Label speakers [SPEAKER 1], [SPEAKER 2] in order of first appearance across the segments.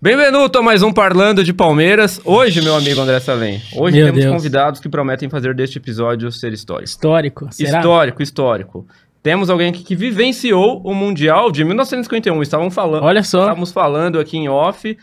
[SPEAKER 1] Bem-vindo a mais um Parlando de Palmeiras. Hoje, meu amigo André Salem, hoje
[SPEAKER 2] Meu
[SPEAKER 1] temos
[SPEAKER 2] Deus.
[SPEAKER 1] convidados que prometem fazer deste episódio ser histórico.
[SPEAKER 2] Histórico. Será?
[SPEAKER 1] Histórico, histórico. Temos alguém aqui que vivenciou o Mundial de 1951. Estavam falando,
[SPEAKER 2] Olha só.
[SPEAKER 1] estávamos falando aqui em off.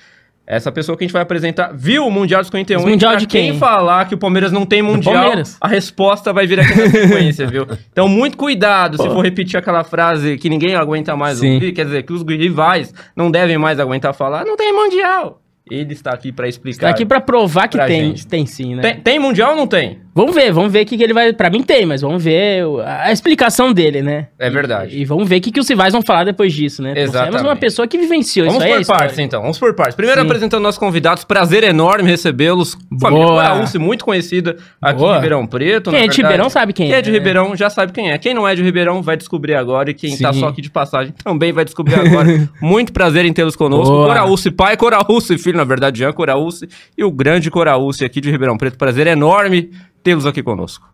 [SPEAKER 1] Essa pessoa que a gente vai apresentar viu o Mundial de 51.
[SPEAKER 2] Mas Mundial
[SPEAKER 1] E pra
[SPEAKER 2] de quem?
[SPEAKER 1] falar que o Palmeiras não tem Mundial,
[SPEAKER 2] Palmeiras.
[SPEAKER 1] a resposta vai vir aqui na sequência, viu? Então, muito cuidado se for repetir aquela frase que ninguém aguenta mais
[SPEAKER 2] Sim.
[SPEAKER 1] ouvir, quer dizer, que os rivais não devem mais aguentar falar, não tem Mundial. Ele está aqui para explicar.
[SPEAKER 2] Tá aqui pra provar que
[SPEAKER 1] pra
[SPEAKER 2] tem.
[SPEAKER 1] gente.
[SPEAKER 2] Tem sim, né?
[SPEAKER 1] tem, tem Mundial ou não tem?
[SPEAKER 2] Vamos ver, vamos ver o que, que ele vai. Pra mim tem, mas vamos ver o- a explicação dele, né?
[SPEAKER 1] É verdade.
[SPEAKER 2] E, e vamos ver o que, que os rivais vão falar depois disso, né? Trouxemos
[SPEAKER 1] Exatamente.
[SPEAKER 2] uma pessoa que vivenciou
[SPEAKER 1] Vamos
[SPEAKER 2] isso aí. é
[SPEAKER 1] por
[SPEAKER 2] história.
[SPEAKER 1] partes, então. Vamos por partes. Primeiro,
[SPEAKER 2] Sim.
[SPEAKER 1] apresentando nossos convidados. Prazer enorme recebê-los. Família
[SPEAKER 2] Boa.
[SPEAKER 1] Paraúce, muito conhecida aqui
[SPEAKER 2] Boa.
[SPEAKER 1] em Ribeirão Preto.
[SPEAKER 2] Quem
[SPEAKER 1] na
[SPEAKER 2] é de
[SPEAKER 1] verdade.
[SPEAKER 2] Ribeirão sabe quem,
[SPEAKER 1] Quem é de
[SPEAKER 2] né?
[SPEAKER 1] Ribeirão já sabe quem é. Quem não é de Ribeirão vai descobrir agora. E quem tá
[SPEAKER 2] Sim.
[SPEAKER 1] só aqui de passagem também vai descobrir agora. Muito prazer em tê-los conosco.
[SPEAKER 2] Boa.
[SPEAKER 1] Coraúce pai, Coraúce filho, na verdade, Jean Coraúce. E o grande Coraúce aqui de Ribeirão Preto. Prazer enorme tê-los aqui conosco.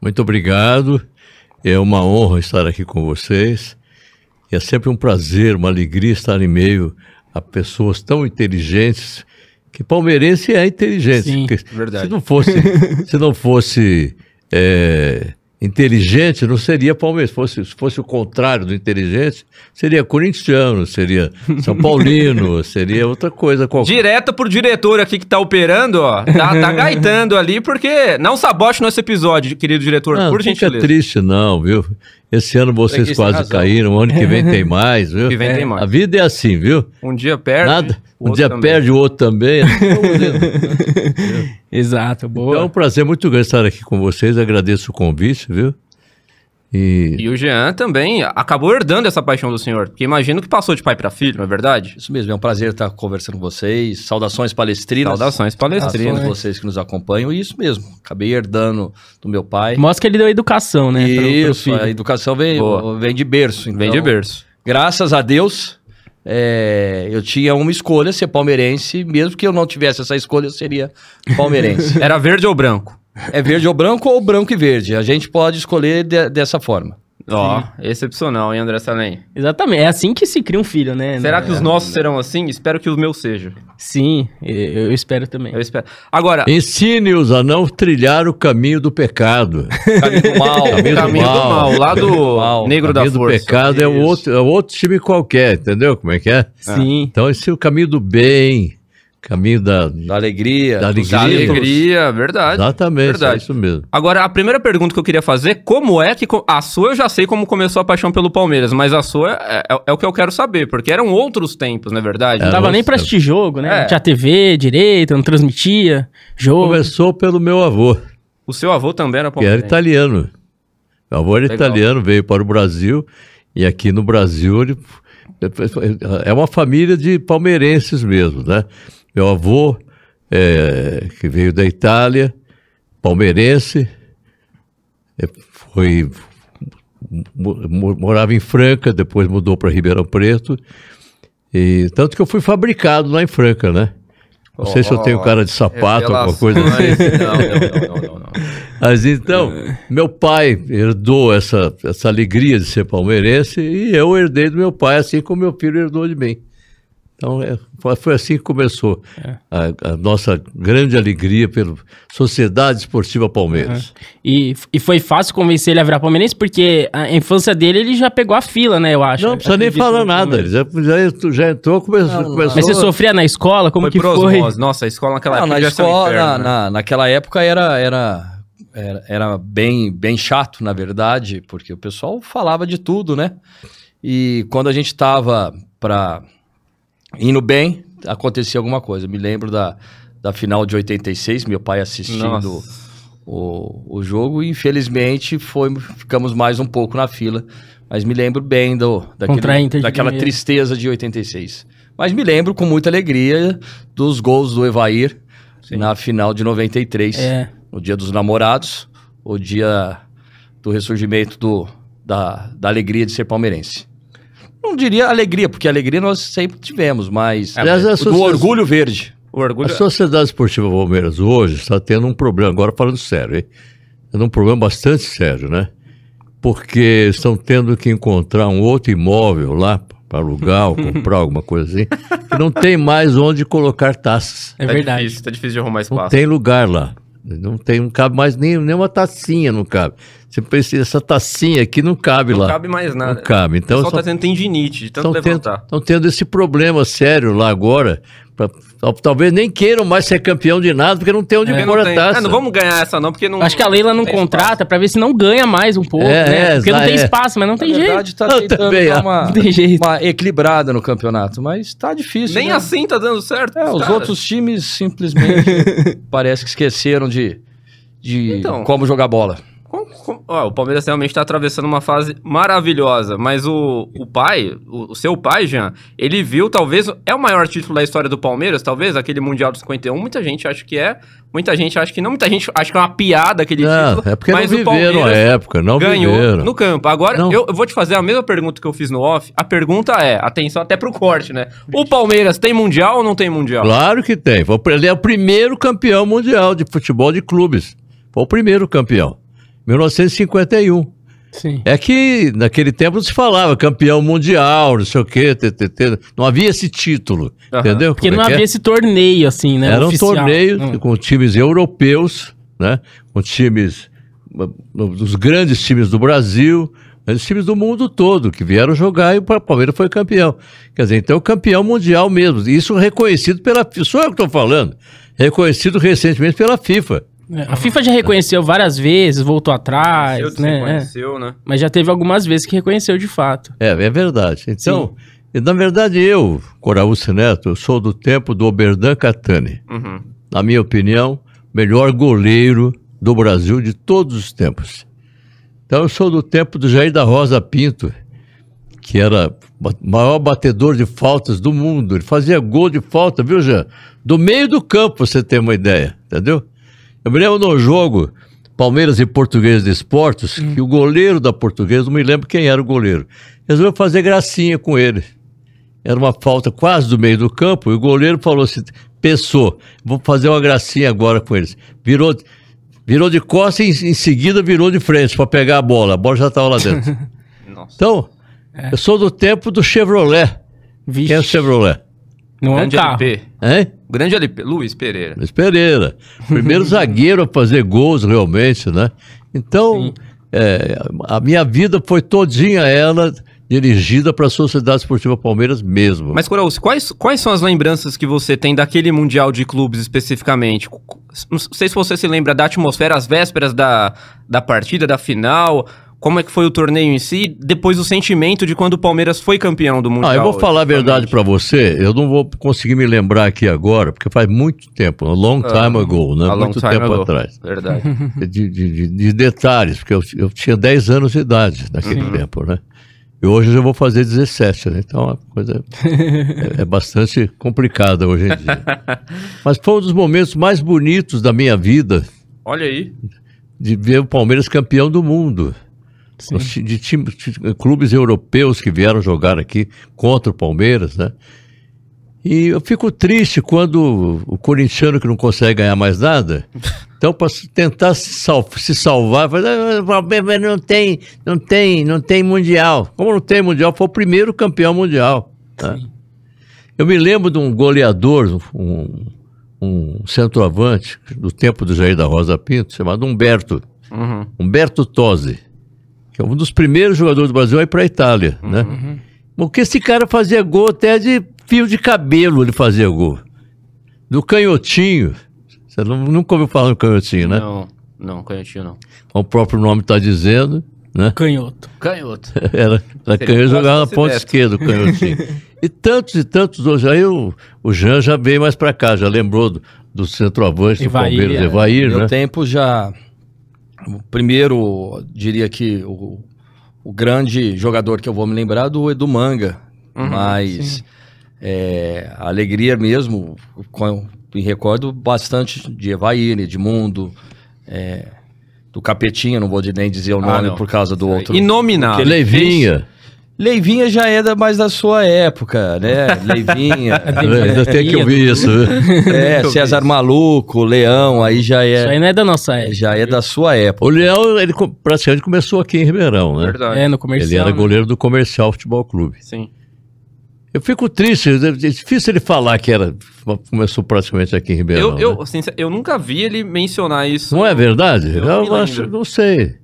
[SPEAKER 3] Muito obrigado. É uma honra estar aqui com vocês. E é sempre um prazer, uma alegria estar em meio a pessoas tão inteligentes. Que palmeirense é inteligente.
[SPEAKER 2] Sim,
[SPEAKER 3] porque
[SPEAKER 1] verdade.
[SPEAKER 3] Se não fosse, se não fosse é, inteligente, não seria palmeirense. Fosse, se fosse o contrário do inteligente, seria corintiano, seria São Paulino, seria outra coisa qualquer.
[SPEAKER 1] Direto pro diretor aqui que tá operando, ó. Tá, tá gaitando ali, porque não sabote nosso episódio, querido diretor,
[SPEAKER 3] Não,
[SPEAKER 1] por
[SPEAKER 3] não fica
[SPEAKER 1] gentileza.
[SPEAKER 3] triste, não, viu? Esse ano vocês
[SPEAKER 1] Tem- tem
[SPEAKER 3] quase
[SPEAKER 1] razão.
[SPEAKER 3] caíram, ano que vem tem mais, viu?
[SPEAKER 1] Que vem tem mais.
[SPEAKER 3] A vida é assim, viu?
[SPEAKER 1] Um dia perde.
[SPEAKER 3] Nada.
[SPEAKER 1] o
[SPEAKER 3] Um
[SPEAKER 1] outro
[SPEAKER 3] dia
[SPEAKER 1] também.
[SPEAKER 3] perde, o outro também. é
[SPEAKER 2] Exato, boa.
[SPEAKER 3] Então é um prazer muito grande estar aqui com vocês. Agradeço o convite, viu? E
[SPEAKER 1] E o Jean também acabou herdando essa paixão do senhor. Porque imagino que passou de pai pra filho, não é verdade?
[SPEAKER 4] Isso mesmo, é um prazer estar conversando com vocês. Saudações palestrinas.
[SPEAKER 1] Saudações
[SPEAKER 4] Saudações
[SPEAKER 1] palestrinas.
[SPEAKER 4] a vocês que nos acompanham. E isso mesmo, acabei herdando do meu pai.
[SPEAKER 2] Mostra que ele deu educação, né? pro- pro
[SPEAKER 4] isso,
[SPEAKER 2] filho.
[SPEAKER 4] a educação vem,
[SPEAKER 1] Boa.
[SPEAKER 4] vem de berço. Então,
[SPEAKER 1] Vem de berço.
[SPEAKER 4] Graças a Deus, é, eu tinha uma escolha, ser palmeirense. Mesmo que eu não tivesse essa escolha, eu seria palmeirense.
[SPEAKER 1] Era verde ou branco?
[SPEAKER 4] é verde ou branco ou branco e verde. A gente pode escolher de- dessa forma.
[SPEAKER 1] Ó, excepcional, hein, André Salem?
[SPEAKER 2] Exatamente. É assim que se cria um filho, né?
[SPEAKER 1] Será que os nossos serão assim? Espero que o meu seja.
[SPEAKER 2] Sim, eu eu espero também.
[SPEAKER 1] Eu espero. Agora,
[SPEAKER 3] ensine-os a não trilhar o caminho do pecado.
[SPEAKER 4] Caminho do mal.
[SPEAKER 1] o
[SPEAKER 3] Caminho do
[SPEAKER 1] caminho do
[SPEAKER 3] mal.
[SPEAKER 1] mal, lá do
[SPEAKER 4] mal.
[SPEAKER 1] negro
[SPEAKER 3] o
[SPEAKER 1] da
[SPEAKER 3] caminho do
[SPEAKER 1] força.
[SPEAKER 3] pecado é, o
[SPEAKER 1] Isso.
[SPEAKER 3] outro, é outro time qualquer, entendeu como é que é?
[SPEAKER 2] Sim.
[SPEAKER 3] Então esse é o caminho do bem, caminho da...
[SPEAKER 4] Da alegria.
[SPEAKER 3] Da
[SPEAKER 4] dos
[SPEAKER 1] Da
[SPEAKER 3] alegria.
[SPEAKER 4] ídolos.
[SPEAKER 1] alegria, verdade.
[SPEAKER 3] Exatamente,
[SPEAKER 1] Verdade.
[SPEAKER 3] é isso mesmo.
[SPEAKER 1] Agora, a primeira pergunta que eu queria fazer, como é que... co- A sua eu já sei como começou a paixão pelo Palmeiras, mas a sua é, é- é o que eu quero saber, porque eram outros tempos, não é verdade?
[SPEAKER 2] Não
[SPEAKER 3] Era
[SPEAKER 2] dava
[SPEAKER 3] outro
[SPEAKER 2] nem pra
[SPEAKER 3] tempo.
[SPEAKER 2] assistir jogo, né?
[SPEAKER 1] É.
[SPEAKER 2] Não tinha TV direito, não transmitia jogo.
[SPEAKER 3] Começou pelo meu avô.
[SPEAKER 1] O seu avô também era
[SPEAKER 3] que era
[SPEAKER 1] palmeirense.
[SPEAKER 3] italiano. Meu avô era
[SPEAKER 1] Legal.
[SPEAKER 3] italiano, veio para o Brasil e aqui no Brasil ele é uma família de palmeirenses mesmo, né? Meu avô eh, que veio da Itália, palmeirense, eh, foi mo- mo- morava em Franca, depois mudou para Ribeirão Preto e tanto que eu fui fabricado lá em Franca, né? Não sei se eu tenho cara de sapato, alguma coisa assim.
[SPEAKER 4] Não, não, não, não, não.
[SPEAKER 3] Mas então, meu pai herdou essa, essa alegria de ser palmeirense e eu herdei do meu pai, assim como meu filho herdou de mim. Então, é, foi- foi assim que começou
[SPEAKER 2] É.
[SPEAKER 3] a, a nossa grande alegria pela Sociedade Esportiva Palmeiras.
[SPEAKER 2] E, e foi fácil convencer ele a virar palmeirense, porque a infância dele ele já pegou a fila, né? Eu acho.
[SPEAKER 3] Não precisa nem
[SPEAKER 2] Acredito
[SPEAKER 3] falar
[SPEAKER 2] no
[SPEAKER 3] nada,
[SPEAKER 2] Palmeiras.
[SPEAKER 3] ele já, já entrou- já entrou, começou. começou
[SPEAKER 2] Mas você sofria na escola? Como
[SPEAKER 1] foi
[SPEAKER 2] que
[SPEAKER 1] por
[SPEAKER 2] foi?
[SPEAKER 1] osmose. Nossa, a escola naquela
[SPEAKER 4] Não, na
[SPEAKER 1] devia ser um
[SPEAKER 4] escola,
[SPEAKER 1] inferno,
[SPEAKER 4] na-
[SPEAKER 1] né?
[SPEAKER 4] na- naquela época era, era, era, era bem, bem chato, na verdade, porque o pessoal falava de tudo, né? E quando a gente tava pra indo bem, acontecia alguma coisa. Eu Me lembro da, da final de 86, meu pai assistindo
[SPEAKER 1] Nossa.
[SPEAKER 4] o, o jogo, e infelizmente foi, ficamos mais um pouco na fila. Mas me lembro bem do,
[SPEAKER 2] Contra a Inter
[SPEAKER 4] daquele,
[SPEAKER 2] de
[SPEAKER 4] daquela
[SPEAKER 2] Limeira.
[SPEAKER 4] tristeza de 86. Mas me lembro com muita alegria dos gols do Evair
[SPEAKER 1] Sim.
[SPEAKER 4] na final de 93,
[SPEAKER 2] É.
[SPEAKER 4] no dia dos namorados, o dia do ressurgimento do, da, da alegria de ser palmeirense. Não diria alegria, porque alegria nós sempre tivemos, mas
[SPEAKER 3] Aliás,
[SPEAKER 4] o
[SPEAKER 3] a
[SPEAKER 4] do
[SPEAKER 3] Sociedade-
[SPEAKER 4] orgulho verde.
[SPEAKER 1] O orgulho...
[SPEAKER 3] A Sociedade Esportiva Palmeiras hoje está tendo um problema, agora falando sério, hein? Tendo um problema bastante sério, né? Porque estão tendo que encontrar um outro imóvel lá para alugar ou comprar alguma coisa assim, que não tem mais onde colocar taças.
[SPEAKER 2] É
[SPEAKER 1] tá
[SPEAKER 2] verdade.
[SPEAKER 1] Difícil, tá difícil de arrumar
[SPEAKER 3] Não
[SPEAKER 1] espaço.
[SPEAKER 3] tem lugar lá. Não tem, não cabe mais nem, nem uma tacinha, não cabe. Você precisa, essa tacinha aqui não cabe
[SPEAKER 1] Não
[SPEAKER 3] lá.
[SPEAKER 1] cabe mais nada.
[SPEAKER 3] Não cabe. Então,
[SPEAKER 1] o pessoal
[SPEAKER 3] só-
[SPEAKER 1] tá tendo tendinite, de tanto
[SPEAKER 3] estão tendo,
[SPEAKER 1] levantar.
[SPEAKER 3] tão tendo esse problema sério lá agora. pra- tal- talvez nem queiram mais ser campeão de nada, porque não tem onde
[SPEAKER 1] É,
[SPEAKER 3] pôr
[SPEAKER 1] não
[SPEAKER 3] a
[SPEAKER 1] tem-
[SPEAKER 3] taça.
[SPEAKER 1] Ah, não vamos ganhar essa não, porque não...
[SPEAKER 2] Acho que a Leila não
[SPEAKER 1] tem espaço.
[SPEAKER 2] contrata pra ver se não ganha mais um pouco,
[SPEAKER 3] É,
[SPEAKER 2] né?
[SPEAKER 3] é,
[SPEAKER 2] Porque não
[SPEAKER 3] exa-
[SPEAKER 2] tem
[SPEAKER 3] é.
[SPEAKER 2] espaço, mas não tem
[SPEAKER 4] Na
[SPEAKER 2] jeito.
[SPEAKER 4] verdade, tá
[SPEAKER 3] Eu
[SPEAKER 4] tentando
[SPEAKER 3] também
[SPEAKER 4] dar
[SPEAKER 3] acho.
[SPEAKER 4] uma,
[SPEAKER 2] Não tem jeito.
[SPEAKER 4] uma equilibrada no campeonato, mas tá difícil.
[SPEAKER 1] Nem
[SPEAKER 4] né?
[SPEAKER 1] assim tá dando certo.
[SPEAKER 4] É, os
[SPEAKER 1] cara.
[SPEAKER 4] outros times simplesmente parece que esqueceram de, de
[SPEAKER 1] Então.
[SPEAKER 4] como jogar bola.
[SPEAKER 1] Como- como- ó, o Palmeiras realmente está atravessando uma fase maravilhosa, mas o, o pai, o, o seu pai, Jean, ele viu, talvez, é o maior título da história do Palmeiras, talvez, aquele Mundial de 51, muita gente acha que é, muita gente acha que não, muita gente acha que é uma piada aquele
[SPEAKER 3] Não,
[SPEAKER 1] título,
[SPEAKER 3] é porque não
[SPEAKER 1] mas o
[SPEAKER 3] viveram a
[SPEAKER 1] Palmeiras
[SPEAKER 3] época, não
[SPEAKER 1] ganhou
[SPEAKER 3] viveram.
[SPEAKER 1] no campo. Agora,
[SPEAKER 3] Não.
[SPEAKER 1] eu, eu vou te fazer a mesma pergunta que eu fiz no off, a pergunta é, atenção até pro corte, né, o Palmeiras tem Mundial ou não tem Mundial?
[SPEAKER 3] Claro que tem. Foi o pri- Ele é o primeiro campeão mundial de futebol de clubes. Foi o primeiro campeão. 1951.
[SPEAKER 2] Sim.
[SPEAKER 3] É que naquele tempo não se falava campeão mundial, não sei o quê, TTT. Não havia esse título.
[SPEAKER 1] Aham.
[SPEAKER 3] Entendeu?
[SPEAKER 2] Porque
[SPEAKER 3] Como
[SPEAKER 2] não
[SPEAKER 3] é que é?
[SPEAKER 2] havia esse torneio, assim, né?
[SPEAKER 3] Era um
[SPEAKER 2] oficial.
[SPEAKER 3] torneio
[SPEAKER 2] Não.
[SPEAKER 3] com times europeus, né? Com times os grandes times do Brasil, os times do mundo todo que vieram jogar e o Pa- Palmeiras foi campeão. Quer dizer, então campeão mundial mesmo. Isso reconhecido pela sou eu que estou falando, reconhecido recentemente pela FIFA.
[SPEAKER 2] É, A FIFA já reconheceu várias vezes, voltou
[SPEAKER 1] Seu
[SPEAKER 2] atrás, né? É.
[SPEAKER 1] desconheceu, né?
[SPEAKER 2] Mas já teve algumas vezes que reconheceu de fato.
[SPEAKER 3] É, é verdade. Então, e na verdade eu, Coraúcio Neto, eu sou do tempo do Oberdan Catani.
[SPEAKER 1] Uhum.
[SPEAKER 3] na minha opinião, melhor goleiro do Brasil de todos os tempos. Então eu sou do tempo do Jair da Rosa Pinto, que era o maior batedor de faltas do mundo. Ele fazia gol de falta, viu, Jean? Do meio do campo, pra você ter uma ideia, entendeu? Eu me lembro no jogo Palmeiras e Português de Esportes, que o goleiro da Portuguesa, não me lembro quem era o goleiro, resolveu fazer gracinha com ele. Era uma falta quase do meio do campo, e o goleiro falou assim: pensou, vou fazer uma gracinha agora com eles. Virou, virou de costas e em, em seguida virou de frente para pegar a bola. A bola já estava lá dentro.
[SPEAKER 1] Nossa.
[SPEAKER 3] Então, eu sou do tempo do Chevrolet.
[SPEAKER 2] Vixe,
[SPEAKER 3] Quem é o Chevrolet?
[SPEAKER 2] não é um
[SPEAKER 1] Grande
[SPEAKER 2] carro.
[SPEAKER 1] LP.
[SPEAKER 3] Hein?
[SPEAKER 1] Grande LP, Luiz Pereira.
[SPEAKER 3] Luiz Pereira. Primeiro zagueiro a fazer gols, realmente, né? Então, é, a minha vida foi todinha ela dirigida para a Sociedade Esportiva Palmeiras mesmo.
[SPEAKER 1] Mas, Coraus, quais, quais são as lembranças que você tem daquele Mundial de Clubes especificamente? Cu- cu- Não sei se você se lembra da atmosfera, as vésperas da, da partida, da final, como é que foi o torneio em si, depois o sentimento de quando o Palmeiras foi campeão do Mundial.
[SPEAKER 3] Ah, eu vou falar a verdade
[SPEAKER 1] especificamente.
[SPEAKER 3] pra você. Eu não vou conseguir me lembrar aqui agora, porque faz muito tempo, a long time ago, né?
[SPEAKER 1] Ah, A long
[SPEAKER 3] muito
[SPEAKER 1] time
[SPEAKER 3] tempo
[SPEAKER 1] ago.
[SPEAKER 3] atrás. É
[SPEAKER 1] Verdade.
[SPEAKER 3] De, de- de- de detalhes, porque eu, eu tinha 10 anos de idade naquele tempo, né? E hoje eu já vou fazer 17, né? Então a coisa é, é bastante complicada hoje em dia. Mas foi um dos momentos mais bonitos da minha vida,
[SPEAKER 1] Olha aí.
[SPEAKER 3] de ver o Palmeiras campeão do mundo. Os ti- De time- ti- clubes europeus que vieram jogar aqui contra o Palmeiras, né? E eu fico triste quando o corintiano que não consegue ganhar mais nada, então para tentar se, sal- se salvar, fala, "Ah, o Palmeiras não tem, não tem, não tem mundial. Como não tem mundial, foi o primeiro campeão mundial. né? Eu me lembro de um goleador, um, um centroavante do tempo do Jair da Rosa Pinto, chamado Humberto.
[SPEAKER 1] Uhum.
[SPEAKER 3] Humberto Tosi, que é um dos primeiros jogadores do Brasil a ir para a Itália, né? Porque esse cara fazia gol até de fio de cabelo, ele fazia gol. Do canhotinho. Você não- nunca ouviu falar do canhotinho, né?
[SPEAKER 1] Não, não, canhotinho não.
[SPEAKER 3] Como o próprio nome está dizendo, né?
[SPEAKER 2] Canhoto.
[SPEAKER 1] Canhoto.
[SPEAKER 3] Era, era
[SPEAKER 1] Seria
[SPEAKER 3] canhoto,
[SPEAKER 1] quase
[SPEAKER 3] jogava na
[SPEAKER 1] esse
[SPEAKER 3] ponta
[SPEAKER 1] Beto.
[SPEAKER 3] esquerda, o canhotinho. e tantos e tantos hoje. Aí o, o Jean já veio mais para cá, já lembrou do, do centroavante do
[SPEAKER 2] Evair,
[SPEAKER 3] Palmeiras,
[SPEAKER 2] é.
[SPEAKER 3] Evair,
[SPEAKER 4] Meu
[SPEAKER 3] né?
[SPEAKER 4] tempo já. O primeiro, diria que o, o grande jogador que eu vou me lembrar é do Edu Manga.
[SPEAKER 1] Uhum,
[SPEAKER 4] mas é, a alegria mesmo, com- me recordo bastante de Evair, Edmundo, é, do Capetinha, não vou de- nem dizer o
[SPEAKER 1] Ah,
[SPEAKER 4] nome
[SPEAKER 1] não.
[SPEAKER 4] por causa do outro.
[SPEAKER 1] Inominável.
[SPEAKER 4] ele
[SPEAKER 3] Leivinha.
[SPEAKER 4] Leivinha já é da- mais da sua época, né? Leivinha.
[SPEAKER 1] É
[SPEAKER 3] É, Ainda tem que ouvir isso. né? viu?
[SPEAKER 4] é, César Maluco, Leão, aí já
[SPEAKER 2] Isso aí
[SPEAKER 4] é,
[SPEAKER 2] não é da nossa época.
[SPEAKER 4] já é da sua época.
[SPEAKER 3] O Leão, ele co- praticamente começou aqui em Ribeirão, né?
[SPEAKER 1] Verdade.
[SPEAKER 2] É, no comercial.
[SPEAKER 3] Ele era
[SPEAKER 2] né?
[SPEAKER 3] goleiro do Comercial Futebol Clube.
[SPEAKER 1] Sim.
[SPEAKER 3] Eu fico triste, é difícil ele falar que era começou praticamente aqui em Ribeirão.
[SPEAKER 1] Eu, eu,
[SPEAKER 3] né?
[SPEAKER 1] sincer- eu nunca vi ele mencionar isso.
[SPEAKER 3] Não é verdade?
[SPEAKER 1] Eu
[SPEAKER 3] Eu,
[SPEAKER 1] não me
[SPEAKER 3] acho,
[SPEAKER 1] lembro.
[SPEAKER 3] não sei.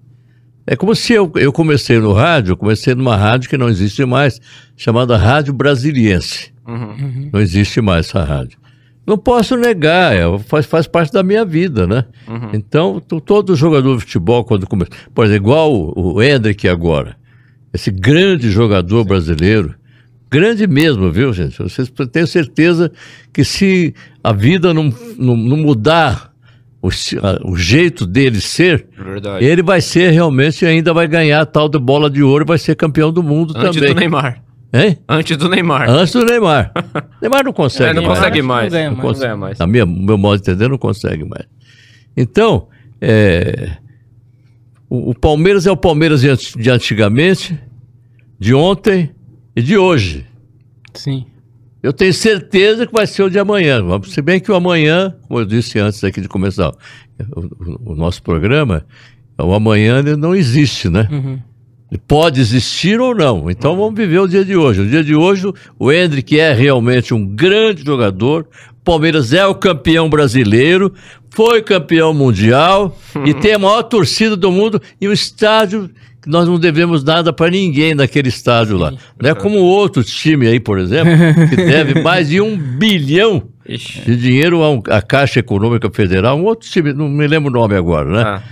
[SPEAKER 3] É como se eu, eu comecei no rádio, eu comecei numa rádio que não existe mais, chamada Rádio Brasiliense.
[SPEAKER 1] Uhum.
[SPEAKER 3] Não existe mais essa rádio. Não posso negar, é, faz, faz parte da minha vida, né?
[SPEAKER 1] Uhum.
[SPEAKER 3] Então, to- todo jogador de futebol, quando começa. Por exemplo, igual o, o Hendrick agora, esse grande jogador brasileiro, grande mesmo, viu, gente? Vocês p- têm certeza que se a vida não, não, não mudar o, se- a- o jeito dele ser,
[SPEAKER 1] Verdade.
[SPEAKER 3] ele vai ser realmente, ainda vai ganhar a tal de bola de ouro, vai ser campeão do mundo
[SPEAKER 1] Antes do
[SPEAKER 3] também.
[SPEAKER 1] Neymar.
[SPEAKER 3] Hein?
[SPEAKER 1] Antes do Neymar.
[SPEAKER 3] Antes do Neymar. Neymar não consegue.
[SPEAKER 1] É, não
[SPEAKER 3] mais. Tá.
[SPEAKER 1] consegue mais.
[SPEAKER 2] Não ganha
[SPEAKER 1] Não
[SPEAKER 2] mais.
[SPEAKER 1] ganha mais.
[SPEAKER 3] Na minha, meu modo de entender, não consegue mais. Então, é, o, o Palmeiras é o Palmeiras de, ant- de antigamente, de ontem e de hoje.
[SPEAKER 2] Sim.
[SPEAKER 3] Eu tenho certeza que vai ser o de amanhã. Se bem que o amanhã, como eu disse antes aqui de começar o, o- o nosso programa, o amanhã ele não existe, né?
[SPEAKER 2] Uhum.
[SPEAKER 3] Ele Pode existir ou não. Então vamos viver o dia de hoje. O dia de hoje, o Hendrick é realmente um grande jogador. O Palmeiras é o campeão brasileiro, foi campeão mundial e tem a maior torcida do mundo e o estádio que nós não devemos nada para ninguém naquele estádio lá. Não é como outro time aí, por exemplo, que deve mais de um bilhão
[SPEAKER 1] Ixi.
[SPEAKER 3] de dinheiro a um- à Caixa Econômica Federal, um outro time, não me lembro o nome agora, né?
[SPEAKER 1] Ah.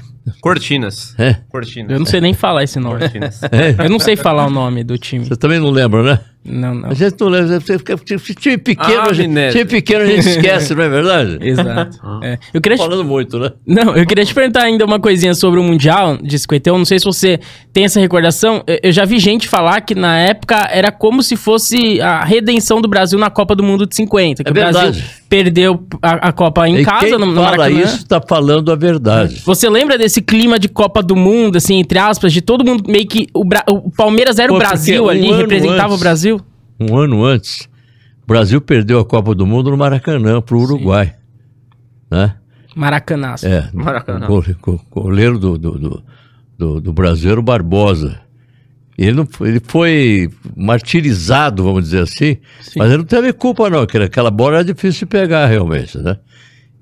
[SPEAKER 1] Cortinas.
[SPEAKER 3] É.
[SPEAKER 1] Cortinas.
[SPEAKER 2] Eu não sei nem falar esse nome.
[SPEAKER 1] Cortinas.
[SPEAKER 2] Eu não sei falar o nome do time.
[SPEAKER 3] Você também não lembra, né?
[SPEAKER 2] Não, não.
[SPEAKER 3] A gente não lembra, você fica- time time pequeno,
[SPEAKER 1] Ah,
[SPEAKER 3] a gente,
[SPEAKER 1] Minério.
[SPEAKER 3] time pequeno a gente esquece, não é verdade?
[SPEAKER 2] Exato. É. Eu queria te
[SPEAKER 3] Falando muito, né?
[SPEAKER 2] Não, eu queria te perguntar ainda uma coisinha sobre o Mundial de 51. Não sei se você tem essa recordação. Eu, eu já vi gente falar que na época era como se fosse a redenção do Brasil na Copa do Mundo de 50. Que
[SPEAKER 3] É
[SPEAKER 2] o Brasil
[SPEAKER 3] verdade.
[SPEAKER 2] perdeu a, a Copa em
[SPEAKER 3] e
[SPEAKER 2] casa,
[SPEAKER 3] quem
[SPEAKER 2] no, no
[SPEAKER 3] fala
[SPEAKER 2] Maracanã.
[SPEAKER 3] isso está falando a verdade.
[SPEAKER 2] Você lembra desse clima de Copa do Mundo, assim, entre aspas, de todo mundo meio que. O, Bra- o Palmeiras era
[SPEAKER 3] Pô,
[SPEAKER 2] o
[SPEAKER 3] porque
[SPEAKER 2] Brasil
[SPEAKER 3] um
[SPEAKER 2] ali,
[SPEAKER 3] ano
[SPEAKER 2] representava
[SPEAKER 3] antes-
[SPEAKER 2] o Brasil?
[SPEAKER 3] Um ano antes, o Brasil perdeu a Copa do Mundo no Maracanã para o Uruguai. Né?
[SPEAKER 2] Maracanaço.
[SPEAKER 3] É,
[SPEAKER 1] Maracanã.
[SPEAKER 3] o gole- go- goleiro do, do, do, do, do Brasil era o Barbosa. Ele, não, foi- ele foi martirizado, vamos dizer assim, mas ele não teve culpa, não, que aquela bola era difícil de pegar realmente, né?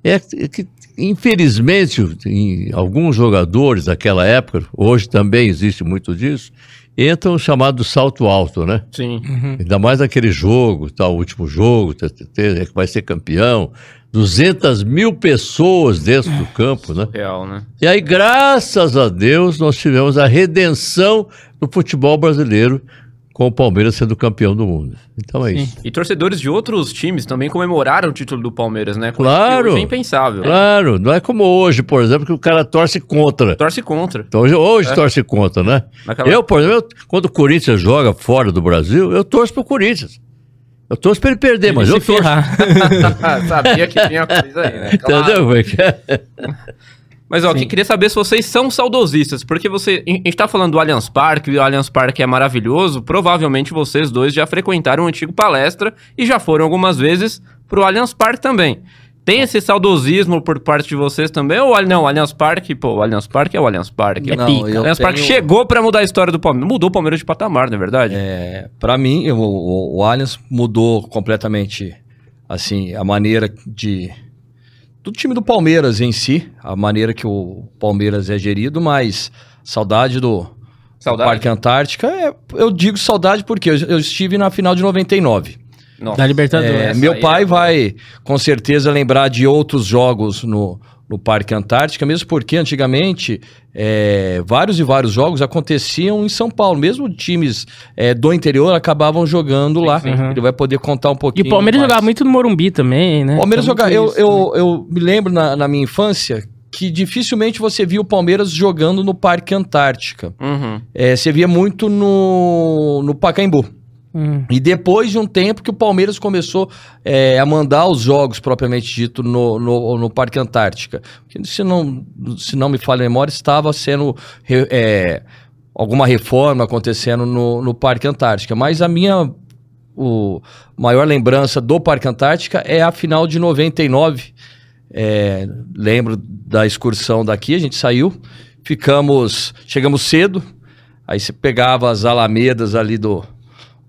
[SPEAKER 3] É que- é que, infelizmente, em alguns jogadores daquela época, hoje também existe muito disso, entram o chamado salto alto, né?
[SPEAKER 1] Sim.
[SPEAKER 3] Ainda mais naquele jogo, tal, o último jogo, tá, tá, tá, é que vai ser campeão. 200 mil pessoas dentro do campo, né?
[SPEAKER 1] Real, né?
[SPEAKER 3] E aí, graças a Deus, nós tivemos a redenção do futebol brasileiro com o Palmeiras sendo campeão do mundo. Então é
[SPEAKER 2] Sim.
[SPEAKER 3] isso.
[SPEAKER 1] E torcedores de outros times também comemoraram o título do Palmeiras, né? Coisa
[SPEAKER 3] Claro.
[SPEAKER 1] que hoje É impensável.
[SPEAKER 3] Claro, não é como hoje, por exemplo, que o cara torce contra.
[SPEAKER 1] Torce contra.
[SPEAKER 3] Então, hoje hoje torce contra, né?
[SPEAKER 1] Naquela-
[SPEAKER 3] Eu, por exemplo, eu- quando o Corinthians joga fora do Brasil, eu torço pro Corinthians. Eu torço pra ele perder, mas
[SPEAKER 2] Se
[SPEAKER 3] eu torço.
[SPEAKER 2] ferrar.
[SPEAKER 1] tá Sabia que tinha coisa aí, né? Claro.
[SPEAKER 3] Entendeu como é que é?
[SPEAKER 1] Mas ó, que- queria saber se vocês são saudosistas, porque você, a gente tá falando do Allianz Parque, o Allianz Parque é maravilhoso, provavelmente vocês dois já frequentaram o antigo palestra e já foram algumas vezes pro Allianz Parque também. Tem esse saudosismo por parte de vocês também? Ou não, o Allianz Parque, pô, o Allianz Parque é o Allianz Parque.
[SPEAKER 2] É
[SPEAKER 1] O
[SPEAKER 4] Não,
[SPEAKER 2] pica.
[SPEAKER 4] eu
[SPEAKER 1] Allianz Parque
[SPEAKER 4] tenho-
[SPEAKER 1] chegou pra mudar a história do Palmeiras, mudou o Palmeiras de patamar, não é verdade?
[SPEAKER 4] É, para mim, eu- o, o Allianz mudou completamente assim a maneira de do time do Palmeiras em si, a maneira que o Palmeiras é gerido, mas saudade do, do
[SPEAKER 1] Saudade?
[SPEAKER 4] Parque Antártica. é- eu digo saudade porque eu, eu estive na final de 99.
[SPEAKER 1] Nossa.
[SPEAKER 2] Da Libertadores.
[SPEAKER 4] É,
[SPEAKER 1] essa
[SPEAKER 4] meu
[SPEAKER 1] aí
[SPEAKER 4] pai
[SPEAKER 1] é-
[SPEAKER 4] vai com certeza lembrar de outros jogos no, no Parque Antártica, mesmo porque antigamente é, vários e vários jogos aconteciam em São Paulo, mesmo times é, do interior acabavam jogando lá.
[SPEAKER 2] sim. Uhum.
[SPEAKER 4] Ele vai poder contar um
[SPEAKER 2] E
[SPEAKER 4] pouquinho.
[SPEAKER 2] o Palmeiras
[SPEAKER 4] mais.
[SPEAKER 2] jogava muito no Morumbi também, né?
[SPEAKER 4] O Palmeiras
[SPEAKER 2] Tinha muito
[SPEAKER 4] jogava. Eu,
[SPEAKER 2] isso, né?
[SPEAKER 4] eu, eu me lembro na, na minha infância que dificilmente você via o Palmeiras jogando no Parque Antártica.
[SPEAKER 1] Uhum.
[SPEAKER 4] É, você via muito no, no Pacaembu.
[SPEAKER 2] Hum.
[SPEAKER 4] E depois de um tempo que o Palmeiras começou é, a mandar os jogos, propriamente dito, no, no, no Parque Antártica. Porque, se, não, se não me falha a memória, estava sendo re- é, alguma reforma acontecendo no, no Parque Antártica. Mas a minha o maior lembrança do Parque Antártica é a final de 99. É, lembro da excursão daqui, a gente saiu, ficamos, chegamos cedo, aí você pegava as alamedas ali do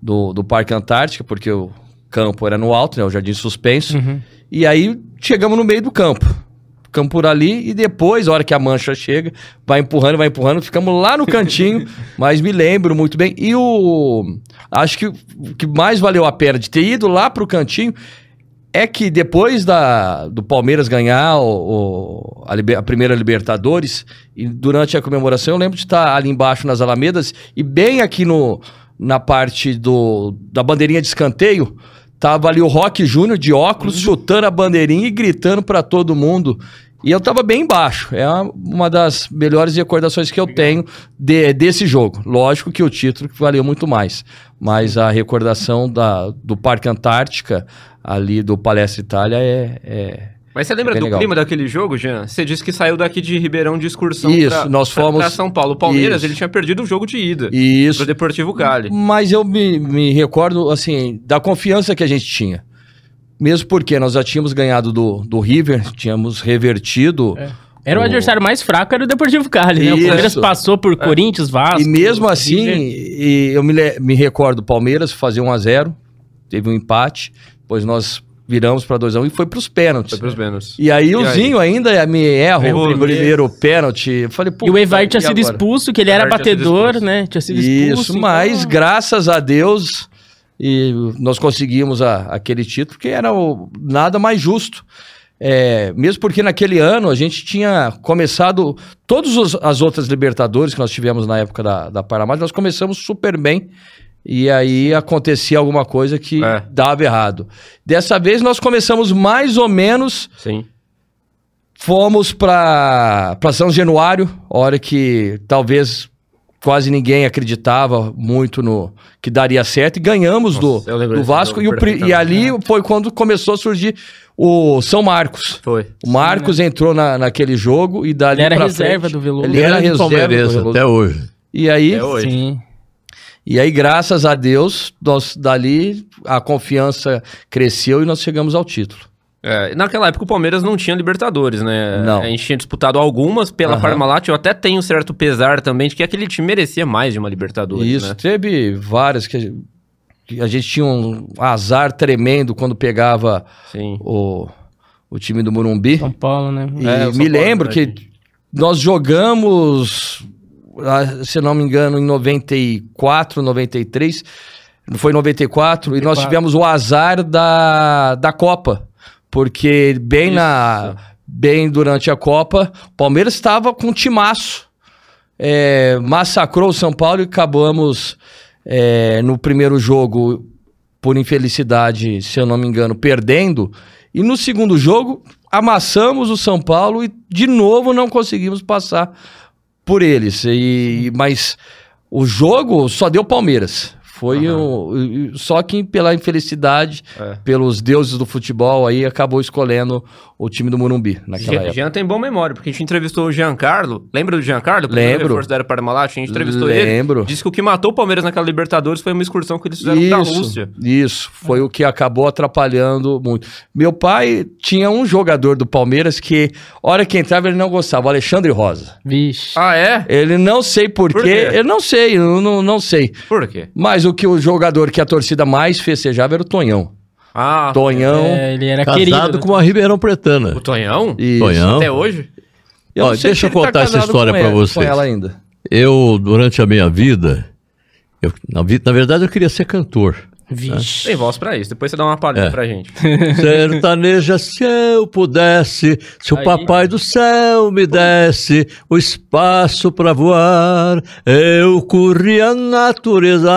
[SPEAKER 4] do, do Parque Antártica, porque o campo era no alto, né? O Jardim Suspenso. E aí chegamos no meio do campo. Ficamos por ali e depois, a hora que a mancha chega, vai empurrando, vai empurrando, ficamos lá no cantinho, mas me lembro muito bem. E o. Acho que o que mais valeu a pena de ter ido lá pro cantinho é que depois da, do Palmeiras ganhar o, o- a, liber- a primeira Libertadores, e durante a comemoração, eu lembro de estar ali embaixo nas Alamedas e bem aqui no, na parte do, da bandeirinha de escanteio, tava ali o Rock Júnior de óculos chutando a bandeirinha e gritando para todo mundo. E eu tava bem embaixo. É uma- uma das melhores recordações que eu tenho de- desse jogo. Lógico que o título que valeu muito mais. Mas a recordação da- do Parque Antártica, ali do Palestra Itália, é. é-
[SPEAKER 1] Mas você lembra
[SPEAKER 4] É bem
[SPEAKER 1] do
[SPEAKER 4] legal.
[SPEAKER 1] clima daquele jogo, Jean? Você disse que saiu daqui de Ribeirão de excursão
[SPEAKER 4] Isso,
[SPEAKER 1] pra,
[SPEAKER 4] nós
[SPEAKER 1] pra-
[SPEAKER 4] fomos-
[SPEAKER 1] pra São Paulo. O Palmeiras,
[SPEAKER 4] Isso.
[SPEAKER 1] ele tinha perdido o jogo de ida
[SPEAKER 4] E
[SPEAKER 1] pro
[SPEAKER 4] isso.
[SPEAKER 1] Deportivo Cali.
[SPEAKER 4] Mas eu me, me recordo, assim, da confiança que a gente tinha. Mesmo porque nós já tínhamos ganhado do, do River, tínhamos revertido.
[SPEAKER 2] Era o
[SPEAKER 4] O-
[SPEAKER 2] adversário mais fraco, era o Deportivo Cali, né? O
[SPEAKER 4] Isso. É.
[SPEAKER 2] Palmeiras passou por Corinthians, Vasco.
[SPEAKER 4] E mesmo assim,
[SPEAKER 2] River.
[SPEAKER 4] e eu me, le- me recordo, Palmeiras fazer 1 a 0 teve um empate, depois nós viramos para 2x1 e foi para os pênaltis.
[SPEAKER 1] Foi pros pênaltis.
[SPEAKER 4] E aí o
[SPEAKER 1] aí?
[SPEAKER 4] Zinho ainda me erra
[SPEAKER 1] Errou,
[SPEAKER 4] o primeiro pênalti. Eu Falei, pô,
[SPEAKER 2] E o é Evar tinha
[SPEAKER 4] e
[SPEAKER 2] sido
[SPEAKER 4] agora?
[SPEAKER 2] expulso, que ele era
[SPEAKER 1] Evar tinha sido
[SPEAKER 2] batedor,
[SPEAKER 1] expulso.
[SPEAKER 2] né? Tinha sido expulso.
[SPEAKER 4] Isso,
[SPEAKER 2] então-
[SPEAKER 4] mas graças a Deus e nós conseguimos a- aquele título que era o- nada mais justo. É, mesmo porque naquele ano a gente tinha começado todas os- as outras Libertadores que nós tivemos na época da, da Paramount, nós começamos super bem. E aí acontecia alguma coisa que
[SPEAKER 1] É.
[SPEAKER 4] dava errado. Dessa vez nós começamos mais ou menos
[SPEAKER 1] Sim.
[SPEAKER 4] Fomos para São Januário, hora que talvez quase ninguém acreditava muito no que daria certo, e ganhamos
[SPEAKER 1] Nossa, eu
[SPEAKER 4] do,
[SPEAKER 1] lembro
[SPEAKER 4] do
[SPEAKER 1] desse
[SPEAKER 4] Vasco.
[SPEAKER 1] jogo
[SPEAKER 4] E, o pri- e ali
[SPEAKER 1] perfeitamente,
[SPEAKER 4] foi quando começou a surgir o São Marcos.
[SPEAKER 1] Foi.
[SPEAKER 4] O Marcos
[SPEAKER 1] né?
[SPEAKER 4] entrou na, naquele jogo e dali
[SPEAKER 2] Ele era
[SPEAKER 4] pra
[SPEAKER 2] reserva
[SPEAKER 4] frente,
[SPEAKER 2] do Veloso.
[SPEAKER 4] Ele era
[SPEAKER 3] Grande
[SPEAKER 4] reserva do
[SPEAKER 3] palmeirense
[SPEAKER 4] Veloso.
[SPEAKER 3] até hoje.
[SPEAKER 4] E aí,
[SPEAKER 1] É hoje.
[SPEAKER 2] Sim.
[SPEAKER 4] e aí, graças a Deus, nós, dali a confiança cresceu e nós chegamos ao título.
[SPEAKER 1] É, naquela época o Palmeiras não tinha Libertadores, né?
[SPEAKER 4] Não.
[SPEAKER 1] A gente tinha disputado algumas pela
[SPEAKER 4] Aham.
[SPEAKER 1] Parmalat. Eu até tenho certo pesar também de que aquele time merecia mais de uma Libertadores,
[SPEAKER 4] Isso,
[SPEAKER 1] né?
[SPEAKER 4] teve várias que a- que a gente tinha um azar tremendo quando pegava
[SPEAKER 1] Sim.
[SPEAKER 4] o, o time do Morumbi.
[SPEAKER 2] São Paulo, né?
[SPEAKER 4] E
[SPEAKER 1] É, o São
[SPEAKER 4] me
[SPEAKER 1] Paulo,
[SPEAKER 4] lembro
[SPEAKER 1] né,
[SPEAKER 4] que
[SPEAKER 1] gente?
[SPEAKER 4] nós jogamos, ah, se eu não me engano, em 94, 93. Foi em 94 e nós
[SPEAKER 2] 94.
[SPEAKER 4] tivemos o azar da, da Copa. Porque bem na bem durante a Copa, o Palmeiras estava com um timaço. É, massacrou o São Paulo e acabamos é, no primeiro jogo, por infelicidade, se eu não me engano, perdendo. E no segundo jogo, amassamos o São Paulo e de novo não conseguimos passar por eles. E, mas o jogo só deu Palmeiras. Foi um- só que pela infelicidade,
[SPEAKER 1] É.
[SPEAKER 4] pelos deuses do futebol aí, acabou escolhendo o time do Morumbi naquela
[SPEAKER 1] Jean,
[SPEAKER 4] época.
[SPEAKER 1] Jean tem bom memória, porque a gente entrevistou o Giancarlo. Lembra do Giancarlo? O primeiro
[SPEAKER 4] Lembro.
[SPEAKER 1] reforço da era Parmalat? A gente entrevistou ele.
[SPEAKER 4] Lembro.
[SPEAKER 1] Disse que o que matou o Palmeiras naquela Libertadores foi uma excursão que eles fizeram da Rússia.
[SPEAKER 4] Isso, foi o que acabou atrapalhando muito. Meu pai tinha um jogador do Palmeiras que, hora que entrava, ele não gostava, o Alexandre Rosa.
[SPEAKER 2] Vixe.
[SPEAKER 1] Ah, é?
[SPEAKER 4] Ele não sei porquê,
[SPEAKER 1] Por quê?
[SPEAKER 4] eu não sei, eu não, não sei.
[SPEAKER 1] Por quê?
[SPEAKER 4] Mas o que o jogador que a torcida mais festejava era o Tonhão.
[SPEAKER 1] Ah,
[SPEAKER 4] Tonhão.
[SPEAKER 2] É, ele era
[SPEAKER 3] Casado
[SPEAKER 2] querido.
[SPEAKER 3] com uma Ribeirão Pretana.
[SPEAKER 1] o Tonhão?
[SPEAKER 4] Isso.
[SPEAKER 3] Tonhão.
[SPEAKER 1] Até hoje?
[SPEAKER 4] Eu não
[SPEAKER 3] Ó,
[SPEAKER 4] sei
[SPEAKER 3] deixa
[SPEAKER 4] se
[SPEAKER 3] eu
[SPEAKER 4] ele tá
[SPEAKER 3] contar essa
[SPEAKER 4] casado
[SPEAKER 3] história
[SPEAKER 4] com
[SPEAKER 3] pra
[SPEAKER 4] ela-
[SPEAKER 3] vocês.
[SPEAKER 4] Com ela ainda.
[SPEAKER 3] Eu, durante a minha vida, eu- na, vi- na verdade eu queria ser cantor.
[SPEAKER 2] Vixe.
[SPEAKER 1] Tem voz pra isso. Depois você dá uma palhinha pra gente.
[SPEAKER 3] Sertaneja, se eu pudesse, se o
[SPEAKER 2] Aí.
[SPEAKER 3] papai do céu me desse o espaço pra voar, eu corria a natureza,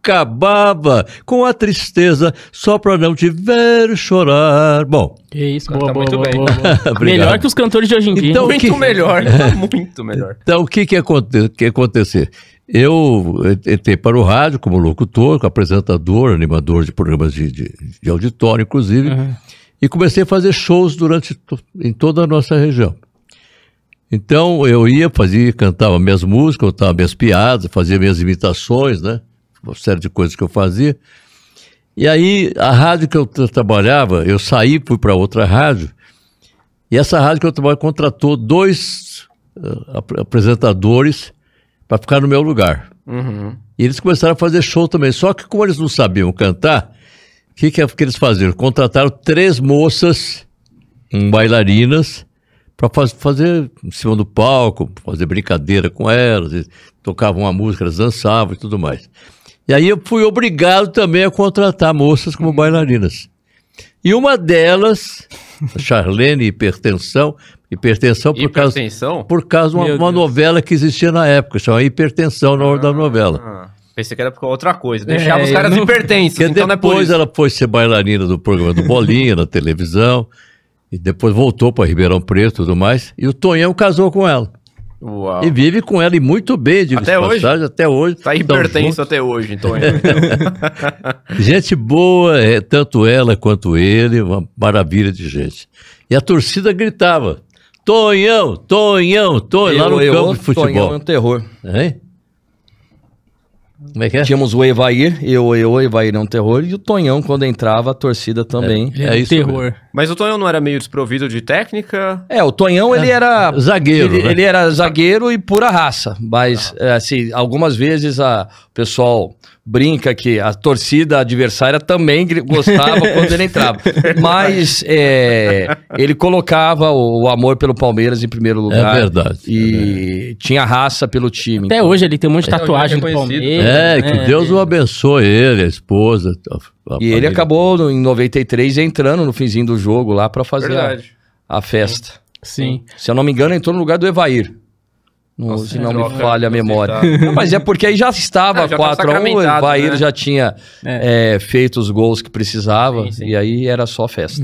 [SPEAKER 3] acabava com a tristeza só pra não te ver chorar. Bom,
[SPEAKER 2] Que isso, boa,
[SPEAKER 1] Tá
[SPEAKER 2] boa,
[SPEAKER 1] muito
[SPEAKER 2] boa,
[SPEAKER 1] bem.
[SPEAKER 2] boa, boa.
[SPEAKER 3] Obrigado.
[SPEAKER 2] Melhor que os cantores de hoje em dia.
[SPEAKER 3] Então,
[SPEAKER 1] Muito
[SPEAKER 3] que-
[SPEAKER 1] melhor. tá muito melhor.
[SPEAKER 3] Então, o que que, aconte que acontecer? Eu eh, entrei para o rádio como locutor, como apresentador, animador de programas de, de- de auditório, inclusive, e comecei a fazer shows durante to- em toda a nossa região. Então, eu ia, fazia, cantava minhas músicas, contava minhas piadas, fazia minhas imitações, né? Uma série de coisas que eu fazia. E aí, a rádio que eu tra- trabalhava, eu saí, fui para outra rádio, e essa rádio que eu trabalho contratou dois eh, ap- apresentadores para ficar no meu lugar.
[SPEAKER 1] Uhum.
[SPEAKER 3] E eles começaram a fazer show também. Só que como eles não sabiam cantar, o que, que, é que eles faziam? Contrataram três moças, hum, bailarinas, para fazer em cima do palco, fazer brincadeira com elas, eles tocavam uma música, elas dançavam e tudo mais. E aí eu fui obrigado também a contratar moças como bailarinas. E uma delas, a Charlene Hipertensão, hipertensão por causa
[SPEAKER 1] Hipertensão?
[SPEAKER 3] por causa de uma,
[SPEAKER 2] Meu
[SPEAKER 3] uma
[SPEAKER 2] Deus.
[SPEAKER 3] novela que existia na época, chamava Hipertensão na hora da novela.
[SPEAKER 1] Ah, pensei que era por outra coisa. Deixava
[SPEAKER 2] É,
[SPEAKER 1] os caras
[SPEAKER 2] eu não-
[SPEAKER 1] hipertensos,
[SPEAKER 3] Porque
[SPEAKER 1] então não é por
[SPEAKER 3] depois
[SPEAKER 1] isso.
[SPEAKER 3] ela foi ser bailarina do programa do Bolinha, na televisão, e depois voltou para Ribeirão Preto e tudo mais, e o Tonhão casou com ela.
[SPEAKER 1] Uau.
[SPEAKER 3] E vive com ela e muito bem, digo
[SPEAKER 1] Ah. Até hoje?
[SPEAKER 3] até hoje.
[SPEAKER 1] Tá
[SPEAKER 3] Tão
[SPEAKER 1] hipertenso até hoje, então. então.
[SPEAKER 3] junto. Gente boa, é, tanto ela quanto ele, uma maravilha de gente. E a torcida gritava: Tonhão, Tonhão, Tonhão, lá no campo de
[SPEAKER 4] Tonhão é um
[SPEAKER 3] futebol.
[SPEAKER 4] terror.
[SPEAKER 3] Hein? Como é que é?
[SPEAKER 4] Tínhamos o Evair, e o, e o Evair é um terror, e o Tonhão, quando entrava, a torcida também.
[SPEAKER 2] É,
[SPEAKER 3] É isso
[SPEAKER 2] terror.
[SPEAKER 1] Mas o Tonhão não era meio desprovido de técnica?
[SPEAKER 4] É, o Tonhão, ele era...
[SPEAKER 3] Zagueiro,
[SPEAKER 4] Ele,
[SPEAKER 3] né? Ah.
[SPEAKER 4] ele era zagueiro e pura raça, mas é, assim, algumas vezes a o pessoal brinca que a torcida adversária também gri- gostava quando ele entrava. Mas é, ele colocava o, o amor pelo Palmeiras em primeiro lugar.
[SPEAKER 3] É verdade.
[SPEAKER 4] E tinha raça pelo time. então.
[SPEAKER 2] Até hoje ele tem um monte de
[SPEAKER 1] Até hoje
[SPEAKER 2] tatuagem
[SPEAKER 1] é
[SPEAKER 2] do
[SPEAKER 1] reconhecido.
[SPEAKER 2] Palmeiras.
[SPEAKER 3] É, que
[SPEAKER 2] né?
[SPEAKER 3] Deus o abençoe, ele, a esposa. a- a
[SPEAKER 4] E ele
[SPEAKER 3] família.
[SPEAKER 4] acabou no- em 93 entrando no finzinho do jogo lá pra fazer a,
[SPEAKER 1] Verdade.
[SPEAKER 4] a festa.
[SPEAKER 2] Sim.
[SPEAKER 4] Se eu não me engano, entrou no lugar do Evair. No-
[SPEAKER 1] Nossa,
[SPEAKER 4] se não
[SPEAKER 1] droga,
[SPEAKER 4] me falha a
[SPEAKER 1] não
[SPEAKER 4] memória.
[SPEAKER 1] sei, tá.
[SPEAKER 4] Não, mas é porque aí já estava
[SPEAKER 1] Ah, já tava
[SPEAKER 4] 4x1, o
[SPEAKER 1] sacramentado,
[SPEAKER 4] Evair
[SPEAKER 1] né?
[SPEAKER 4] já tinha eh, feito os gols que precisava,
[SPEAKER 1] Sim, sim.
[SPEAKER 4] e aí era só festa.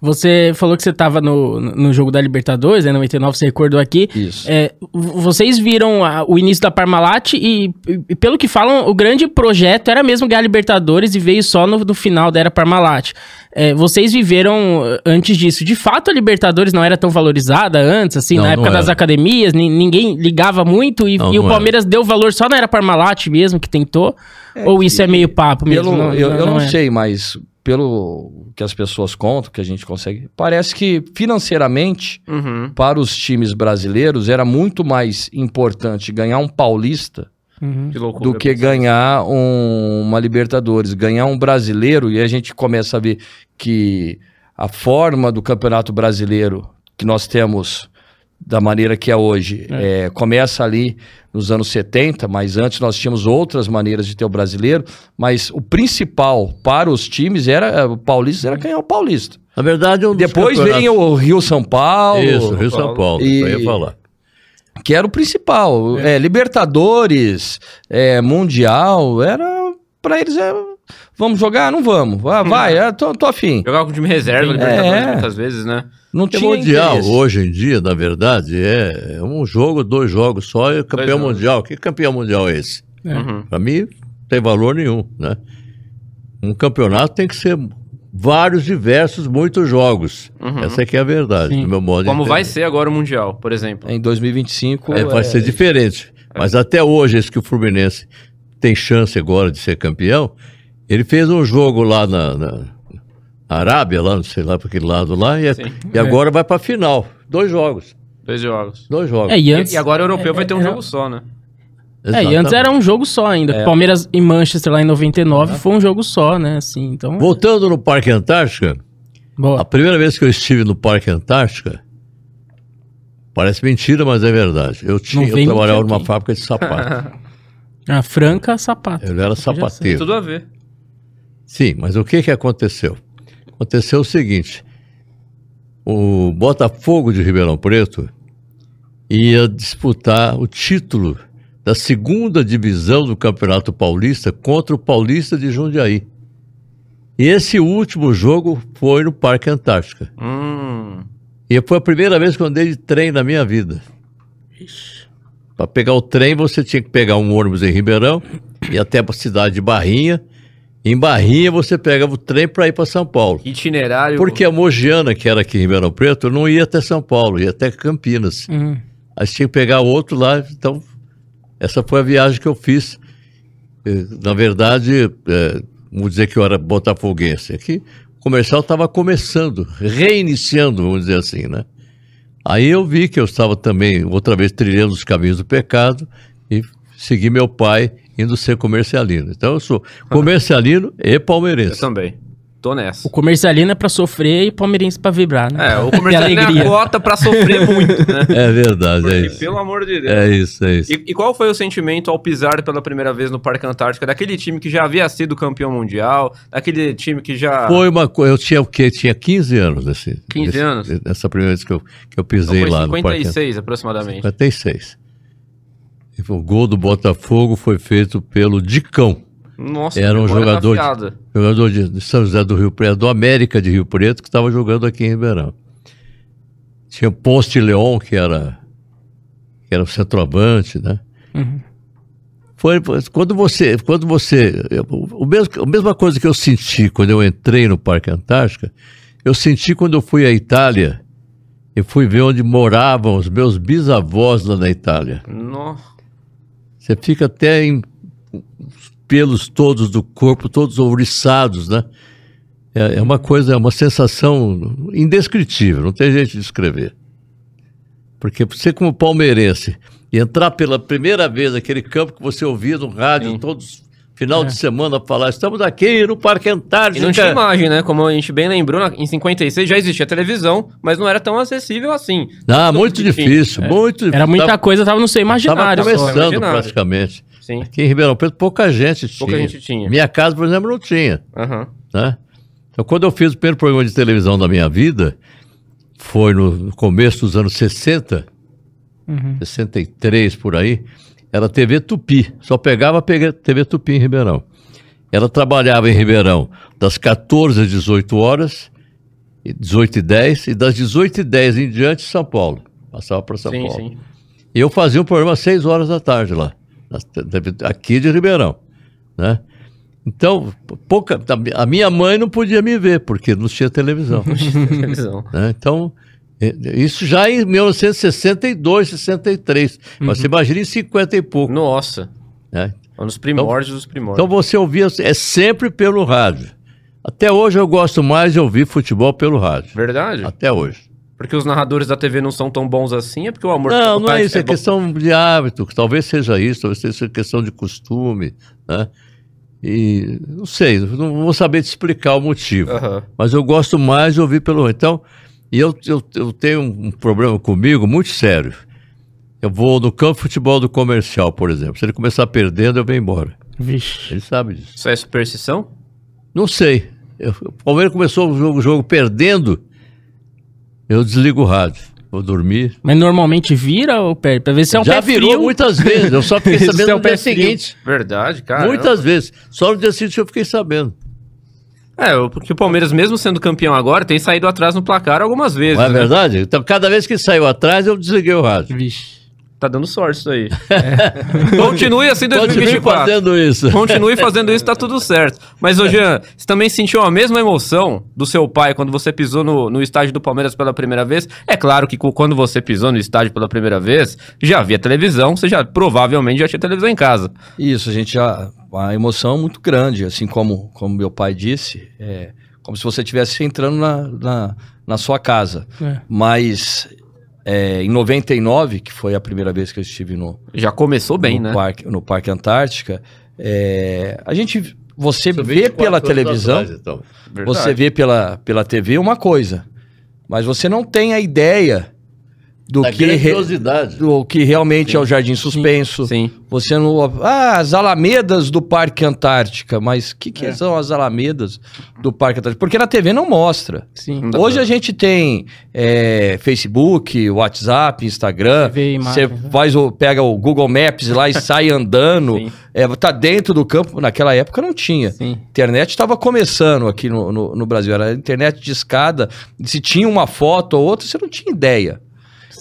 [SPEAKER 2] Você falou que você tava no, no jogo da Libertadores, né? 99, você recordou aqui.
[SPEAKER 4] Isso.
[SPEAKER 2] É, v- vocês viram a- o início da Parmalat e, e pelo que falam, o grande projeto era mesmo ganhar a Libertadores e veio só no, no final da era Parmalat. É, vocês viveram eh, antes disso. De fato, a Libertadores não era tão valorizada antes, assim,
[SPEAKER 3] Não,
[SPEAKER 2] na
[SPEAKER 3] não
[SPEAKER 2] época das
[SPEAKER 3] era.
[SPEAKER 2] academias, ni- ninguém ligava muito e,
[SPEAKER 3] Não,
[SPEAKER 2] e o
[SPEAKER 3] não era.
[SPEAKER 2] Palmeiras deu valor só na era Parmalat mesmo, que tentou. Ou isso é meio papo mesmo?
[SPEAKER 4] Pelo, eu, eu não
[SPEAKER 2] é.
[SPEAKER 4] sei, mas pelo que as pessoas contam, que a gente consegue, parece que financeiramente,
[SPEAKER 1] Uhum.
[SPEAKER 4] para os times brasileiros, era muito mais importante ganhar um paulista
[SPEAKER 2] Uhum.
[SPEAKER 1] Que loucura.
[SPEAKER 4] do que ganhar um- uma Libertadores, ganhar um brasileiro, e a gente começa a ver que a forma do Campeonato Brasileiro que nós temos da maneira que é hoje, eh, começa ali nos anos 70, mas antes nós tínhamos outras maneiras de ter o brasileiro, mas o principal para os times era eh, o paulista era ganhar o paulista.
[SPEAKER 3] Na verdade, um dos
[SPEAKER 4] Depois vem
[SPEAKER 3] campeonatos-
[SPEAKER 4] o Rio São Paulo,
[SPEAKER 3] Isso, Rio São
[SPEAKER 1] Paulo.
[SPEAKER 3] Paulo,
[SPEAKER 4] E-
[SPEAKER 3] isso eu ia falar.
[SPEAKER 4] que era o principal. É, libertadores, é, Mundial, era. Pra eles é. Vamos jogar? Não vamos. Ah, vai, é, tô, tô afim.
[SPEAKER 1] Jogava com time reserva,
[SPEAKER 4] Sim.
[SPEAKER 1] Libertadores,
[SPEAKER 4] É.
[SPEAKER 1] muitas vezes, né?
[SPEAKER 4] Não
[SPEAKER 3] Porque
[SPEAKER 4] tinha.
[SPEAKER 3] um mundial,
[SPEAKER 4] interesse.
[SPEAKER 3] hoje em dia, na verdade, é é um jogo, dois jogos só e campeão
[SPEAKER 1] jogos.
[SPEAKER 3] mundial. Que campeão mundial é esse?
[SPEAKER 2] É.
[SPEAKER 1] Uhum.
[SPEAKER 3] Para mim, não tem valor nenhum, né? Um campeonato tem que ser vários, diversos, muitos jogos.
[SPEAKER 1] Uhum.
[SPEAKER 3] Essa é que é a verdade,
[SPEAKER 2] Sim.
[SPEAKER 3] do meu modo
[SPEAKER 1] Como
[SPEAKER 3] de
[SPEAKER 1] vai
[SPEAKER 3] entender.
[SPEAKER 1] ser agora o Mundial, por exemplo.
[SPEAKER 4] Em 2025.
[SPEAKER 3] É, vai
[SPEAKER 4] é,
[SPEAKER 3] ser diferente. Mas até hoje, esse que o Fluminense tem chance agora de ser campeão, ele fez um jogo lá na, na Arábia, lá, não sei lá, para aquele lado lá, e, é,
[SPEAKER 1] Sim.
[SPEAKER 3] e agora vai para final. Dois jogos.
[SPEAKER 1] Dois jogos.
[SPEAKER 3] Dois jogos.
[SPEAKER 2] É, e antes...
[SPEAKER 1] E, e agora o europeu vai ter um jogo só, né?
[SPEAKER 2] É, e antes
[SPEAKER 3] Exatamente.
[SPEAKER 2] era um jogo só ainda. Palmeiras e Manchester lá em 99 foi um jogo só, né? Assim, então.
[SPEAKER 3] Voltando no Parque Antártica, a
[SPEAKER 2] Boa.
[SPEAKER 3] primeira vez que eu estive no Parque Antártica, parece mentira, mas é verdade. Eu, tinha,
[SPEAKER 2] Não
[SPEAKER 3] eu
[SPEAKER 2] vem
[SPEAKER 3] trabalhava
[SPEAKER 2] mentir
[SPEAKER 3] numa
[SPEAKER 2] aqui.
[SPEAKER 3] fábrica de sapato.
[SPEAKER 2] A Franca Sapato.
[SPEAKER 3] Eu era
[SPEAKER 2] sei.
[SPEAKER 1] Tem
[SPEAKER 3] sapateiro.
[SPEAKER 1] tudo a ver.
[SPEAKER 3] Sim, mas o que, que aconteceu? Aconteceu o seguinte: o Botafogo de Ribeirão Preto ia disputar o título da segunda divisão do Campeonato Paulista contra o Paulista de Jundiaí. E esse último jogo foi no Parque Antártica.
[SPEAKER 1] Hum.
[SPEAKER 3] E foi a primeira vez que eu andei de trem na minha vida. Para pegar o trem, você tinha que pegar um ônibus em Ribeirão e até para a cidade de Barrinha. Em Barrinha, você pegava o trem para ir para São Paulo.
[SPEAKER 1] Itinerário.
[SPEAKER 3] Porque a Mogiana, que era aqui em Ribeirão Preto, não ia até São Paulo, ia até Campinas.
[SPEAKER 2] Uhum.
[SPEAKER 3] Aí tinha que pegar outro lá. Então, essa foi a viagem que eu fiz. Eh, Na verdade, eh, vamos dizer que eu era botafoguense. Aqui, o comercial estava começando, reiniciando, vamos dizer assim, né? Aí eu vi que eu estava também, outra vez, trilhando os caminhos do pecado e segui meu pai indo ser comercialino. Então eu sou comercialino e
[SPEAKER 1] Eu
[SPEAKER 3] palmeirense.
[SPEAKER 1] também. Tô
[SPEAKER 2] O
[SPEAKER 1] nessa.
[SPEAKER 2] comercialino é pra sofrer e o palmeirense pra vibrar, né?
[SPEAKER 1] É, o
[SPEAKER 2] Que
[SPEAKER 1] comercialino é a
[SPEAKER 2] alegria.
[SPEAKER 1] cota pra sofrer muito, né?
[SPEAKER 3] É verdade, é
[SPEAKER 1] Porque,
[SPEAKER 3] isso.
[SPEAKER 1] pelo amor de Deus.
[SPEAKER 3] É isso, é isso.
[SPEAKER 1] E, e qual foi o sentimento ao pisar pela primeira vez no Parque Antártico daquele time que já havia sido campeão mundial, daquele time que já.
[SPEAKER 3] Foi uma coisa. Eu tinha o quê? Tinha 15 anos nesse.
[SPEAKER 1] 15
[SPEAKER 3] nesse-
[SPEAKER 1] anos?
[SPEAKER 3] Nessa primeira vez que eu, que
[SPEAKER 1] Então,
[SPEAKER 3] eu pisei
[SPEAKER 1] foi
[SPEAKER 3] lá no Parque
[SPEAKER 1] 56 aproximadamente.
[SPEAKER 3] 56. E O gol do Botafogo foi feito pelo Dicão,
[SPEAKER 1] Nossa,
[SPEAKER 3] Era um
[SPEAKER 1] memória tá
[SPEAKER 3] jogador de-
[SPEAKER 1] afiada.
[SPEAKER 3] jogador de de São José do Rio Preto, do América de Rio Preto, que estava jogando aqui em Ribeirão. Tinha Poste Leon, que era, que era o centroavante, né?
[SPEAKER 2] Uhum.
[SPEAKER 3] Foi, foi- quando você, quando você, eu- o mesmo, a mesma coisa que eu senti quando eu entrei no Parque Antártica, eu senti quando eu fui à Itália e fui ver onde moravam os meus bisavós lá na Itália.
[SPEAKER 1] No-
[SPEAKER 3] Você fica até em os pelos todos do corpo, todos ouriçados, né? É, é uma coisa, é uma sensação indescritível, não tem jeito de descrever. Porque você, como palmeirense, e entrar pela primeira vez naquele campo que você ouvia no rádio
[SPEAKER 1] Sim.
[SPEAKER 3] todos final
[SPEAKER 2] É.
[SPEAKER 3] de semana falar, estamos aqui no Parque Antártico.
[SPEAKER 1] E não tinha imagem, né? Como a gente bem lembrou, na- em 56 já existia televisão, mas não era tão acessível assim.
[SPEAKER 3] Ah, muito difícil, muito difícil.
[SPEAKER 2] é. Era muita
[SPEAKER 3] É. Tava-
[SPEAKER 2] coisa, tava no seu
[SPEAKER 3] Tava
[SPEAKER 2] imaginário. só.
[SPEAKER 3] começando
[SPEAKER 1] imaginário.
[SPEAKER 3] praticamente.
[SPEAKER 1] Sim,
[SPEAKER 3] Aqui em Ribeirão Preto pouca gente tinha.
[SPEAKER 1] pouca gente tinha.
[SPEAKER 3] Minha casa, por exemplo, não tinha.
[SPEAKER 1] Aham.
[SPEAKER 3] né? Então, quando eu fiz o primeiro programa de televisão da minha vida, foi no começo dos anos 60, 63 por aí, era TV Tupi. Só pegava pega- TV Tupi em Ribeirão. Ela trabalhava em Ribeirão das 14 às 18 horas, e 18 e 10, e das 18 e 10 em diante, São Paulo. Passava para São
[SPEAKER 1] Sim,
[SPEAKER 3] Paulo.
[SPEAKER 1] sim.
[SPEAKER 3] E eu fazia um programa às 6 horas da tarde lá, na- aqui de Ribeirão, né? Então, pouca, a minha mãe não podia me ver, porque não tinha televisão.
[SPEAKER 1] televisão.
[SPEAKER 3] né? Então, eh, isso já em 1962, 63. Mas você imagina em 50 e pouco.
[SPEAKER 1] Nossa.
[SPEAKER 3] né?
[SPEAKER 1] Um dos primórdios dos
[SPEAKER 3] Então
[SPEAKER 1] primórdios.
[SPEAKER 3] você ouvia, é sempre pelo rádio. Até hoje eu gosto mais de ouvir futebol pelo rádio.
[SPEAKER 1] Verdade?
[SPEAKER 3] Até hoje.
[SPEAKER 1] Porque os narradores da TV não são tão bons assim, é porque o amor
[SPEAKER 3] Não,
[SPEAKER 1] pelo
[SPEAKER 3] não é
[SPEAKER 1] país
[SPEAKER 3] isso, é
[SPEAKER 1] bom.
[SPEAKER 3] questão de hábito, talvez seja isso, talvez seja questão de costume, né? E não sei, não vou saber te explicar o motivo,
[SPEAKER 1] Aham.
[SPEAKER 3] mas eu gosto mais de ouvir pelo. Então, e eu, eu, eu tenho um problema comigo muito sério. Eu vou no campo de futebol do comercial, por exemplo. Se ele começar perdendo, eu venho embora.
[SPEAKER 2] Vixe.
[SPEAKER 3] Ele sabe disso.
[SPEAKER 1] Isso é superstição?
[SPEAKER 3] Não sei. Eu- o Palmeiras começou o jogo, o jogo perdendo, eu desligo o rádio, vou dormir,
[SPEAKER 2] Mas normalmente vira ou perde? Pra ver se é um pé
[SPEAKER 3] já virou
[SPEAKER 2] frio.
[SPEAKER 3] muitas vezes. Eu só fiquei
[SPEAKER 2] Esse
[SPEAKER 3] sabendo
[SPEAKER 2] é o
[SPEAKER 3] no
[SPEAKER 2] pé
[SPEAKER 3] dia
[SPEAKER 2] frio.
[SPEAKER 3] seguinte.
[SPEAKER 1] Verdade, cara.
[SPEAKER 3] Muitas vezes. Só no dia seguinte eu fiquei sabendo.
[SPEAKER 1] É, o- porque o Palmeiras, mesmo sendo campeão agora, tem saído atrás no placar algumas vezes.
[SPEAKER 3] Não é
[SPEAKER 1] né?
[SPEAKER 3] verdade? Então, cada vez que saiu atrás, eu desliguei o rádio.
[SPEAKER 2] Vixe.
[SPEAKER 1] Tá dando sorte isso aí. Continue assim em
[SPEAKER 3] Continue
[SPEAKER 1] 2024.
[SPEAKER 3] fazendo isso.
[SPEAKER 1] Continue fazendo isso, tá tudo certo. Mas, ô Jean, você também sentiu a mesma emoção do seu pai quando você pisou no, no estádio do Palmeiras pela primeira vez? É claro que co- quando você pisou no estádio pela primeira vez, já havia televisão, você já provavelmente já tinha televisão em casa.
[SPEAKER 4] Isso, a gente já. A emoção é muito grande, assim como, como meu pai disse, é como se você estivesse entrando na, na, na sua casa.
[SPEAKER 2] É.
[SPEAKER 4] Mas é, em 99, que foi a primeira vez que eu estive no,
[SPEAKER 1] Já começou bem,
[SPEAKER 4] no,
[SPEAKER 1] né?
[SPEAKER 4] parque, no Parque Antártica, é, a gente. Você
[SPEAKER 3] Isso,
[SPEAKER 4] vê
[SPEAKER 3] 24
[SPEAKER 4] pela
[SPEAKER 3] anos
[SPEAKER 4] televisão.
[SPEAKER 3] atrás, então.
[SPEAKER 1] Verdade.
[SPEAKER 4] Você vê pela, pela TV uma coisa, mas você não tem a ideia do,
[SPEAKER 3] Da
[SPEAKER 4] que, re-
[SPEAKER 3] Tá grandiosidade.
[SPEAKER 4] do que realmente é o Jardim Suspenso.
[SPEAKER 1] Sim.
[SPEAKER 4] Você não. Ah, as Alamedas do Parque Antártica. Mas o que, que
[SPEAKER 3] É.
[SPEAKER 4] são as Alamedas do Parque Antártica? Porque na TV não mostra.
[SPEAKER 2] Sim.
[SPEAKER 1] Não dá
[SPEAKER 4] Hoje
[SPEAKER 1] pra-
[SPEAKER 4] a gente tem é, Facebook, WhatsApp, Instagram.
[SPEAKER 2] Vê a
[SPEAKER 4] Você
[SPEAKER 2] imagem. né?
[SPEAKER 4] faz o, pega o Google Maps lá e sai andando.
[SPEAKER 1] Sim.
[SPEAKER 4] É, tá dentro do campo. Naquela época não tinha
[SPEAKER 2] Sim.
[SPEAKER 4] internet estava começando aqui no, no, no Brasil, era internet de escada, se tinha uma foto ou outra, você não tinha ideia.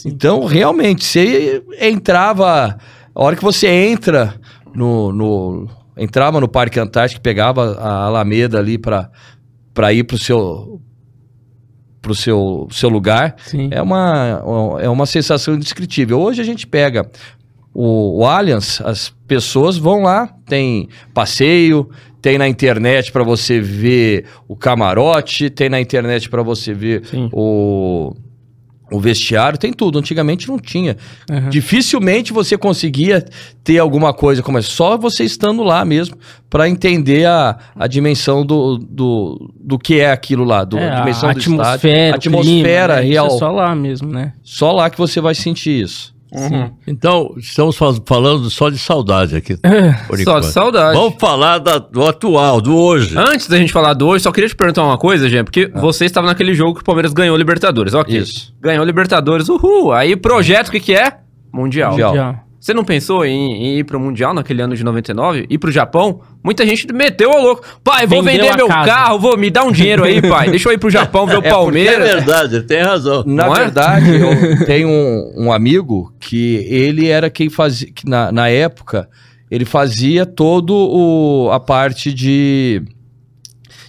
[SPEAKER 4] Então, realmente, você entrava, a hora que você entra no, no- entrava no Parque Antártico, pegava a Alameda ali para para ir pro seu pro seu seu lugar,
[SPEAKER 2] Sim.
[SPEAKER 4] é uma, é uma sensação indescritível. Hoje a gente pega o, o Allianz, as pessoas vão lá, tem passeio, tem na internet para você ver o camarote, tem na internet para você ver
[SPEAKER 2] Sim.
[SPEAKER 4] o, O vestiário tem tudo. Antigamente não tinha.
[SPEAKER 2] Aham.
[SPEAKER 4] Dificilmente você conseguia ter alguma coisa como é só você estando lá mesmo para entender a, a dimensão do, do, do que é aquilo lá, do,
[SPEAKER 2] É,
[SPEAKER 4] a dimensão
[SPEAKER 2] a
[SPEAKER 4] do estádio.
[SPEAKER 2] atmosfera, o clima,
[SPEAKER 4] atmosfera
[SPEAKER 2] né? Isso
[SPEAKER 4] real.
[SPEAKER 2] é
[SPEAKER 4] só...
[SPEAKER 2] só lá mesmo, né?
[SPEAKER 4] lá que você vai sentir isso.
[SPEAKER 3] Então, estamos fal- falando só de saudade aqui.
[SPEAKER 4] É,
[SPEAKER 3] Por
[SPEAKER 1] Só
[SPEAKER 3] enquanto.
[SPEAKER 1] de saudade.
[SPEAKER 3] Vamos falar da- do atual, do hoje.
[SPEAKER 4] Ah,
[SPEAKER 1] Antes da gente falar do hoje, só queria te perguntar uma coisa, Jean, porque você estava naquele jogo que o Palmeiras ganhou Libertadores, ok?
[SPEAKER 4] Isso.
[SPEAKER 1] Ganhou Libertadores, uhul! Aí projeto, o que que é? Mundial.
[SPEAKER 4] Mundial.
[SPEAKER 2] Já.
[SPEAKER 1] Você não pensou em, em ir pro Mundial naquele ano de 99? Ir pro Japão? Muita gente meteu ao louco. Pai, vou
[SPEAKER 2] Vendeu
[SPEAKER 1] vender
[SPEAKER 2] a
[SPEAKER 1] meu
[SPEAKER 2] casa.
[SPEAKER 1] carro, vou me dar um dinheiro aí, pai. Deixa eu ir pro Japão ver o
[SPEAKER 3] É
[SPEAKER 1] Palmeiras.
[SPEAKER 3] verdade, ele tem razão.
[SPEAKER 4] Na
[SPEAKER 1] Não é?
[SPEAKER 4] verdade, eu tenho um, um amigo que ele era quem fazia. Que na, na época, ele fazia todo o, a parte de.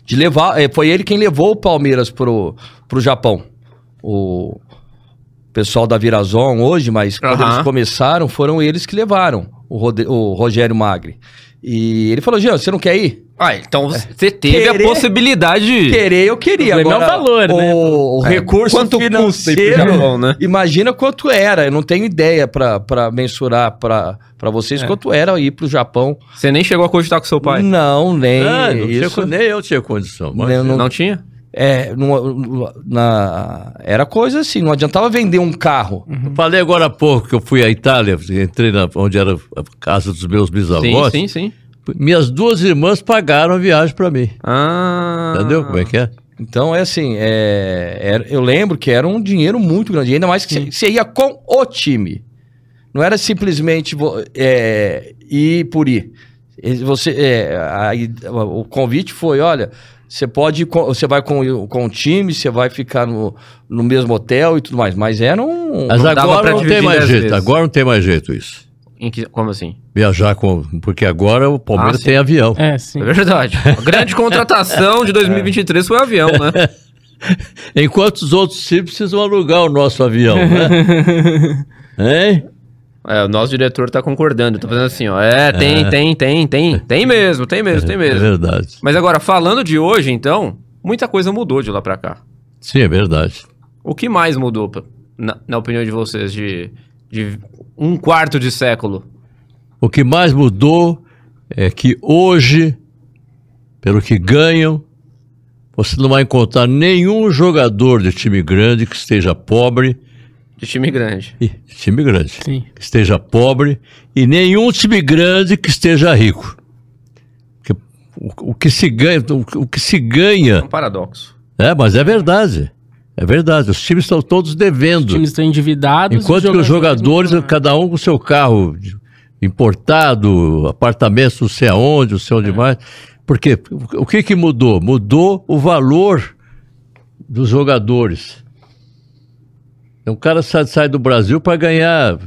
[SPEAKER 4] De levar. eh, Foi ele quem levou o Palmeiras pro, pro Japão. O pessoal da Virazon hoje, mas quando
[SPEAKER 1] Aham.
[SPEAKER 4] eles começaram, foram eles que levaram o, Rode- o Rogério Magri. E ele falou: Jean, você não quer ir?
[SPEAKER 1] Ah, então você teve
[SPEAKER 4] É. Querer-
[SPEAKER 1] a possibilidade de...
[SPEAKER 4] Querer, eu queria.
[SPEAKER 2] O problema
[SPEAKER 4] Agora,
[SPEAKER 2] é o valor,
[SPEAKER 4] o,
[SPEAKER 2] né?
[SPEAKER 4] o recurso
[SPEAKER 1] É. Quanto custa ir pro
[SPEAKER 4] financeiro. Hum.
[SPEAKER 1] Japão, né?
[SPEAKER 4] Imagina quanto era, eu não tenho ideia pra- pra mensurar pra pra vocês quanto era ir pro Japão.
[SPEAKER 1] Você nem chegou a cogitar com seu É. pai.
[SPEAKER 4] Não, nem
[SPEAKER 3] Ah, não tinha
[SPEAKER 4] isso.
[SPEAKER 3] con- nem eu tinha condição. mas-
[SPEAKER 4] Nem- não-
[SPEAKER 1] Não, tinha?
[SPEAKER 4] É, não- na- era coisa assim, não adiantava vender um carro.
[SPEAKER 3] Eu Falei agora há pouco que eu fui à Itália, entrei na, onde era a casa dos meus bisavós.
[SPEAKER 1] Sim, sim, sim.
[SPEAKER 3] Minhas duas irmãs pagaram a viagem para mim.
[SPEAKER 1] Ah...
[SPEAKER 3] Entendeu como é que é?
[SPEAKER 4] Então é assim, é, era- eu lembro que era um dinheiro muito grande, ainda mais que você ia com o time. Não era simplesmente vo- é, ir por ir. E Você, é, aí, o convite foi, olha, você pode, ir com- você vai com, com o time, você vai ficar no, no mesmo hotel e tudo mais, mas era um...
[SPEAKER 3] Mas
[SPEAKER 1] dava pra
[SPEAKER 3] agora não tem
[SPEAKER 1] dividir
[SPEAKER 3] mais
[SPEAKER 1] dez
[SPEAKER 3] jeito,
[SPEAKER 1] vezes.
[SPEAKER 3] agora não tem mais jeito isso.
[SPEAKER 1] Em que- Como assim?
[SPEAKER 3] Viajar com. Porque agora o Palmeiras
[SPEAKER 1] Ah, sim.
[SPEAKER 3] tem avião.
[SPEAKER 2] É,
[SPEAKER 1] É
[SPEAKER 2] sim.
[SPEAKER 1] verdade. A grande contratação de 2023 foi o avião, né?
[SPEAKER 3] Enquanto os outros times precisam alugar o nosso avião, né? hein?
[SPEAKER 1] É, o nosso diretor tá concordando, tá fazendo assim, ó. É, tem, tem, tem, tem. Tem mesmo, tem mesmo, tem
[SPEAKER 3] É
[SPEAKER 1] mesmo.
[SPEAKER 3] verdade.
[SPEAKER 1] Mas agora, falando de hoje, então, muita coisa mudou de lá pra cá.
[SPEAKER 3] Sim, é verdade.
[SPEAKER 1] O que mais mudou, pra- na, na opinião de vocês, de, de um quarto de século?
[SPEAKER 3] O que mais mudou é que hoje, pelo que ganham, você não vai encontrar nenhum jogador de time grande que esteja pobre.
[SPEAKER 1] De time grande.
[SPEAKER 3] e- Time grande.
[SPEAKER 2] Sim.
[SPEAKER 3] Que esteja pobre e nenhum time grande que esteja rico. Porque o, o que se ganha, o, o que se ganha,
[SPEAKER 1] É um paradoxo.
[SPEAKER 3] é, mas é verdade. É verdade. Os times estão todos
[SPEAKER 2] Os
[SPEAKER 3] devendo.
[SPEAKER 2] times estão endividados.
[SPEAKER 3] Enquanto que os jogadores, cada um com seu carro de- importado, apartamento não sei aonde, não sei onde mais. Porque o que, que mudou? Mudou o valor dos jogadores. Então, o cara sai, sai do Brasil para ganhar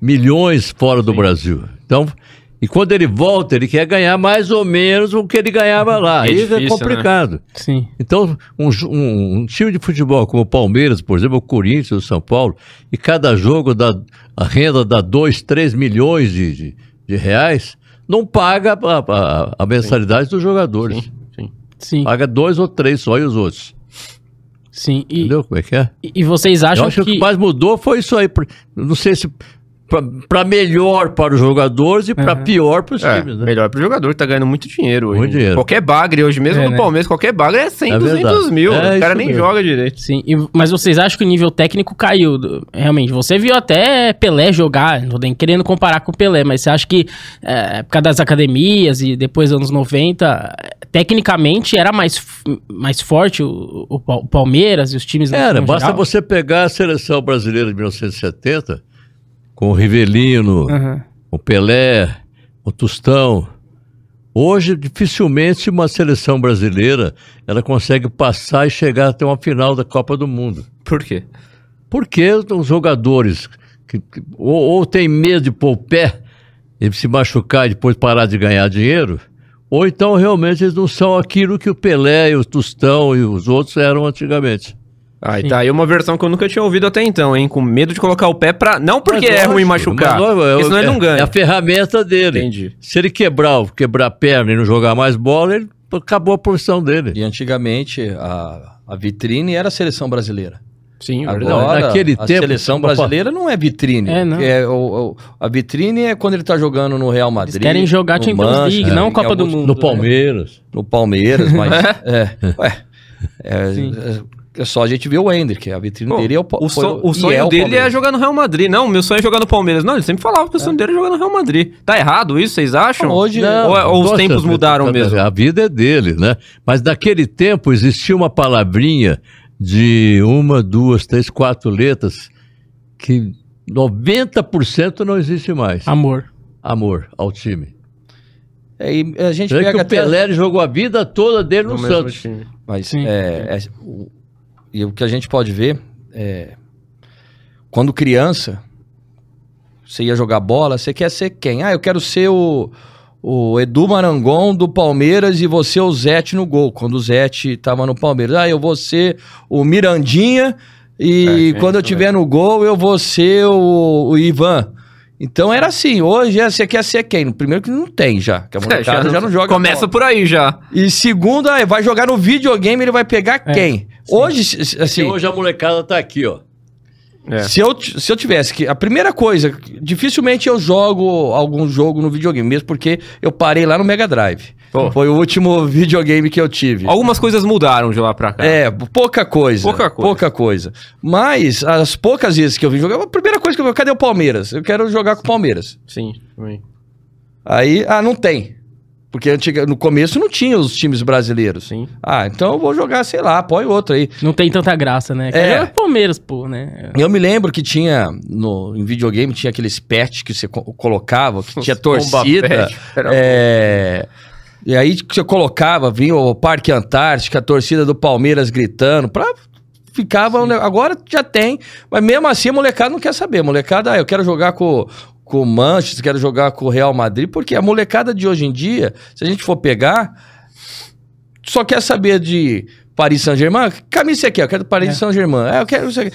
[SPEAKER 3] milhões fora do Brasil. Então, e quando ele volta, ele quer ganhar mais ou menos o que ele ganhava lá.
[SPEAKER 1] É
[SPEAKER 3] Aí é
[SPEAKER 1] difícil, né?
[SPEAKER 3] complicado.
[SPEAKER 2] Sim.
[SPEAKER 3] Então, um, jo- um- um time de futebol como o Palmeiras, por exemplo, o Corinthians, o São Paulo, e cada jogo dá, a renda dá 2, 3 milhões de, de, de reais, não paga a, a- a mensalidade dos jogadores.
[SPEAKER 1] Sim, sim.
[SPEAKER 2] Sim.
[SPEAKER 3] Paga dois ou três só e os outros.
[SPEAKER 2] Sim. E,
[SPEAKER 3] Entendeu como é que é?
[SPEAKER 2] e- e vocês
[SPEAKER 3] Eu
[SPEAKER 2] acham
[SPEAKER 3] acho que o
[SPEAKER 2] que.
[SPEAKER 3] que mais mudou foi isso aí. por- Não sei se para melhor para os jogadores e para
[SPEAKER 2] Aham.
[SPEAKER 3] pior para os
[SPEAKER 1] É,
[SPEAKER 3] times, né?
[SPEAKER 1] melhor pro jogador que tá ganhando muito dinheiro hoje.
[SPEAKER 3] Muito dinheiro.
[SPEAKER 1] Qualquer bagre hoje mesmo
[SPEAKER 2] É,
[SPEAKER 1] no
[SPEAKER 2] né?
[SPEAKER 1] Palmeiras, qualquer bagre é 100,
[SPEAKER 3] É
[SPEAKER 1] 200
[SPEAKER 3] verdade.
[SPEAKER 1] mil.
[SPEAKER 3] É
[SPEAKER 1] o cara
[SPEAKER 3] isso
[SPEAKER 1] nem
[SPEAKER 3] mesmo.
[SPEAKER 1] joga direito.
[SPEAKER 2] Sim, e- mas vocês acham que o nível técnico caiu? do- Realmente, você viu até Pelé jogar, não tô nem querendo comparar com o Pelé, mas você acha que é, por causa das academias e depois dos anos 90, é, tecnicamente era mais, f- mais forte o, o Pal- o Palmeiras e os times...
[SPEAKER 3] Era,
[SPEAKER 2] no
[SPEAKER 3] É, né? basta
[SPEAKER 2] geral?
[SPEAKER 3] você pegar a seleção brasileira de 1970, com o Rivelino,
[SPEAKER 1] É.
[SPEAKER 2] Aham.
[SPEAKER 3] o Pelé, o Tostão. Hoje, dificilmente uma seleção brasileira ela consegue passar e chegar até uma final da Copa do Mundo.
[SPEAKER 1] Por quê?
[SPEAKER 3] Porque os jogadores que, que- ou, ou têm medo de pôr o pé e se machucar e depois parar de ganhar dinheiro, ou então realmente eles não são aquilo que o Pelé e o Tostão e os outros eram antigamente.
[SPEAKER 1] Aí tá aí uma versão que eu nunca tinha ouvido até então, hein? Com medo de colocar o pé pra. Não porque
[SPEAKER 3] Mas
[SPEAKER 1] é
[SPEAKER 3] lógico,
[SPEAKER 1] ruim machucar,
[SPEAKER 3] mas lógico, é o-
[SPEAKER 1] porque senão ele
[SPEAKER 3] é-
[SPEAKER 1] não ganha.
[SPEAKER 3] É a ferramenta dele.
[SPEAKER 1] Entendi.
[SPEAKER 3] Se ele quebrar, quebrar a perna e não jogar mais bola, ele acabou a profissão dele.
[SPEAKER 4] E antigamente a, a vitrine era a seleção brasileira.
[SPEAKER 2] Sim,
[SPEAKER 1] Tá
[SPEAKER 2] verdade.
[SPEAKER 4] Agora,
[SPEAKER 3] naquele
[SPEAKER 4] a
[SPEAKER 3] tempo-
[SPEAKER 4] seleção brasileira não é vitrine.
[SPEAKER 2] É, não.
[SPEAKER 4] o- o- a vitrine é quando ele tá jogando no Real Madrid.
[SPEAKER 2] Eles querem jogar
[SPEAKER 4] no
[SPEAKER 2] Champions League,
[SPEAKER 4] Manchester,
[SPEAKER 2] não
[SPEAKER 4] em
[SPEAKER 2] Copa do
[SPEAKER 4] alguns-
[SPEAKER 1] é um
[SPEAKER 2] Mundo.
[SPEAKER 3] No
[SPEAKER 2] né?
[SPEAKER 3] Palmeiras.
[SPEAKER 4] No Palmeiras, mas... é, ué, é,
[SPEAKER 2] Sim.
[SPEAKER 4] é- é só a gente ver o Ender, que a vitrine
[SPEAKER 1] Pô,
[SPEAKER 4] dele é o... pa-
[SPEAKER 1] o,
[SPEAKER 4] foi
[SPEAKER 1] son-
[SPEAKER 4] e
[SPEAKER 1] o sonho
[SPEAKER 4] é o
[SPEAKER 1] dele é
[SPEAKER 4] Palmeiras.
[SPEAKER 1] jogar no Real Madrid. Não, meu sonho é jogar no Palmeiras. Não, ele sempre falava que o sonho dele é jogar no Real Madrid. Tá errado isso, vocês acham?
[SPEAKER 4] Não, hoje-
[SPEAKER 1] Ou, é- ou os
[SPEAKER 3] Nossa,
[SPEAKER 1] tempos mudaram
[SPEAKER 3] tá-
[SPEAKER 1] mesmo?
[SPEAKER 3] A vida é dele, né? Mas naquele tempo existia uma palavrinha de uma, duas, três, quatro letras que 90% não existe mais.
[SPEAKER 2] Amor.
[SPEAKER 3] Amor ao time.
[SPEAKER 4] É, e a gente
[SPEAKER 3] É que
[SPEAKER 4] pega
[SPEAKER 3] o
[SPEAKER 4] até...
[SPEAKER 3] Pelé jogou a vida toda dele no,
[SPEAKER 1] No mesmo
[SPEAKER 3] Santos.
[SPEAKER 1] time.
[SPEAKER 4] Mas
[SPEAKER 2] Sim.
[SPEAKER 4] é, é- o- e o que a gente pode ver é quando criança você ia jogar bola, você quer ser quem? Ah, eu quero ser o, o Edu Marangon do Palmeiras e você o Zete no gol, quando o Zete tava no Palmeiras. Ah, eu vou ser o Mirandinha
[SPEAKER 1] É,
[SPEAKER 4] e
[SPEAKER 1] é
[SPEAKER 4] quando eu
[SPEAKER 1] isso
[SPEAKER 4] tiver no gol eu vou ser o, o Ivan. Então era assim, hoje é, você quer ser quem? Primeiro que não tem já, que a
[SPEAKER 1] É,
[SPEAKER 4] molecada já, não joga
[SPEAKER 1] Começa
[SPEAKER 4] bola.
[SPEAKER 1] por aí já.
[SPEAKER 4] E segundo, ah, vai jogar no videogame, ele vai pegar
[SPEAKER 2] É,
[SPEAKER 4] quem? Hoje, se- se-
[SPEAKER 3] Porque
[SPEAKER 4] assim,
[SPEAKER 3] hoje a molecada tá aqui, ó.
[SPEAKER 1] É.
[SPEAKER 4] se, eu, t- se eu tivesse que... A primeira coisa, dificilmente eu jogo algum jogo no videogame, mesmo porque eu parei lá no Mega Drive.
[SPEAKER 1] Pô.
[SPEAKER 4] Foi o último videogame que eu tive.
[SPEAKER 1] Algumas coisas mudaram de lá pra cá.
[SPEAKER 4] É, pouca coisa.
[SPEAKER 1] Pouca coisa.
[SPEAKER 4] Pouca coisa. Mas, as poucas vezes que eu vim jogar, a primeira coisa que eu vi, cadê o Palmeiras? Eu quero jogar com o Palmeiras.
[SPEAKER 1] Sim, também.
[SPEAKER 4] Aí, ah, não tem. Porque antiga- no começo não tinha os times brasileiros.
[SPEAKER 1] Sim.
[SPEAKER 4] Ah, então eu vou jogar, sei lá, põe outro aí.
[SPEAKER 2] Não tem tanta graça, né?
[SPEAKER 4] É.
[SPEAKER 2] É. Palmeiras, pô, né?
[SPEAKER 4] Eu me lembro que tinha no em videogame tinha aqueles patch que você co- colocava, que tinha torcida. é, e aí que você colocava, vinha o Parque Antártica, a torcida do Palmeiras gritando, pra ficava, um ne- agora já tem, mas mesmo assim a molecada não quer saber. A molecada, ah, eu quero jogar com com o Manchester, quero jogar com o Real Madrid, porque a molecada de hoje em dia, se a gente for pegar, só quer saber de Paris Saint-Germain, que camisa você quer? Eu quero Paris
[SPEAKER 2] É.
[SPEAKER 4] Saint-Germain. É, eu quero isso aqui.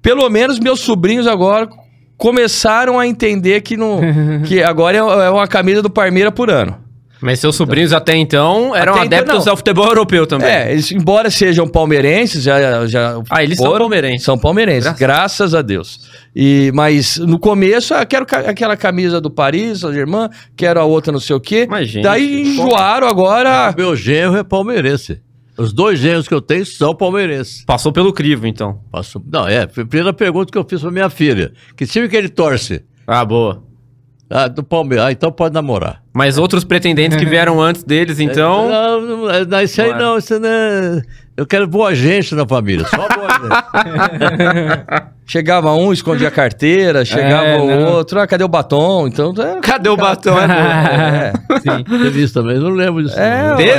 [SPEAKER 4] Pelo menos meus sobrinhos agora começaram a entender que não que agora é, é uma camisa do Parmeira por ano.
[SPEAKER 1] Mas seus sobrinhos até então eram
[SPEAKER 4] Até então,
[SPEAKER 1] adeptos
[SPEAKER 4] não.
[SPEAKER 1] ao futebol europeu também.
[SPEAKER 4] É, eles, embora sejam palmeirenses, já, já
[SPEAKER 1] Ah, eles são palmeirenses.
[SPEAKER 4] São palmeirenses,
[SPEAKER 1] Graças-
[SPEAKER 4] graças, a Deus. E, mas no começo, ah, quero ca- aquela camisa do Paris, a irmã, quero a outra não sei o quê.
[SPEAKER 1] Mas, gente,
[SPEAKER 4] Daí
[SPEAKER 1] como-
[SPEAKER 4] enjoaram agora.
[SPEAKER 3] Meu genro é palmeirense. Os dois genros que eu tenho são palmeirenses.
[SPEAKER 1] Passou pelo crivo, então.
[SPEAKER 3] Passou- Não, é. foi a Primeira pergunta que eu fiz pra minha filha. Que time que ele torce?
[SPEAKER 1] Ah, boa.
[SPEAKER 3] Ah, do Palmeiras. Ah, então pode namorar.
[SPEAKER 1] Mas outros pretendentes que vieram antes deles, então.
[SPEAKER 3] Não, não, não, isso aí
[SPEAKER 1] Claro.
[SPEAKER 3] não, isso não. é- Eu quero boa gente na família, só boa gente.
[SPEAKER 4] Chegava um, escondia a carteira, chegava
[SPEAKER 2] É,
[SPEAKER 4] o
[SPEAKER 2] não.
[SPEAKER 4] outro, ah, cadê o batom? Então, é,
[SPEAKER 1] Cadê o batom? É boa.
[SPEAKER 4] é,
[SPEAKER 3] Teve isso também, não lembro disso.
[SPEAKER 4] é,
[SPEAKER 3] não.
[SPEAKER 1] Teve?
[SPEAKER 4] é,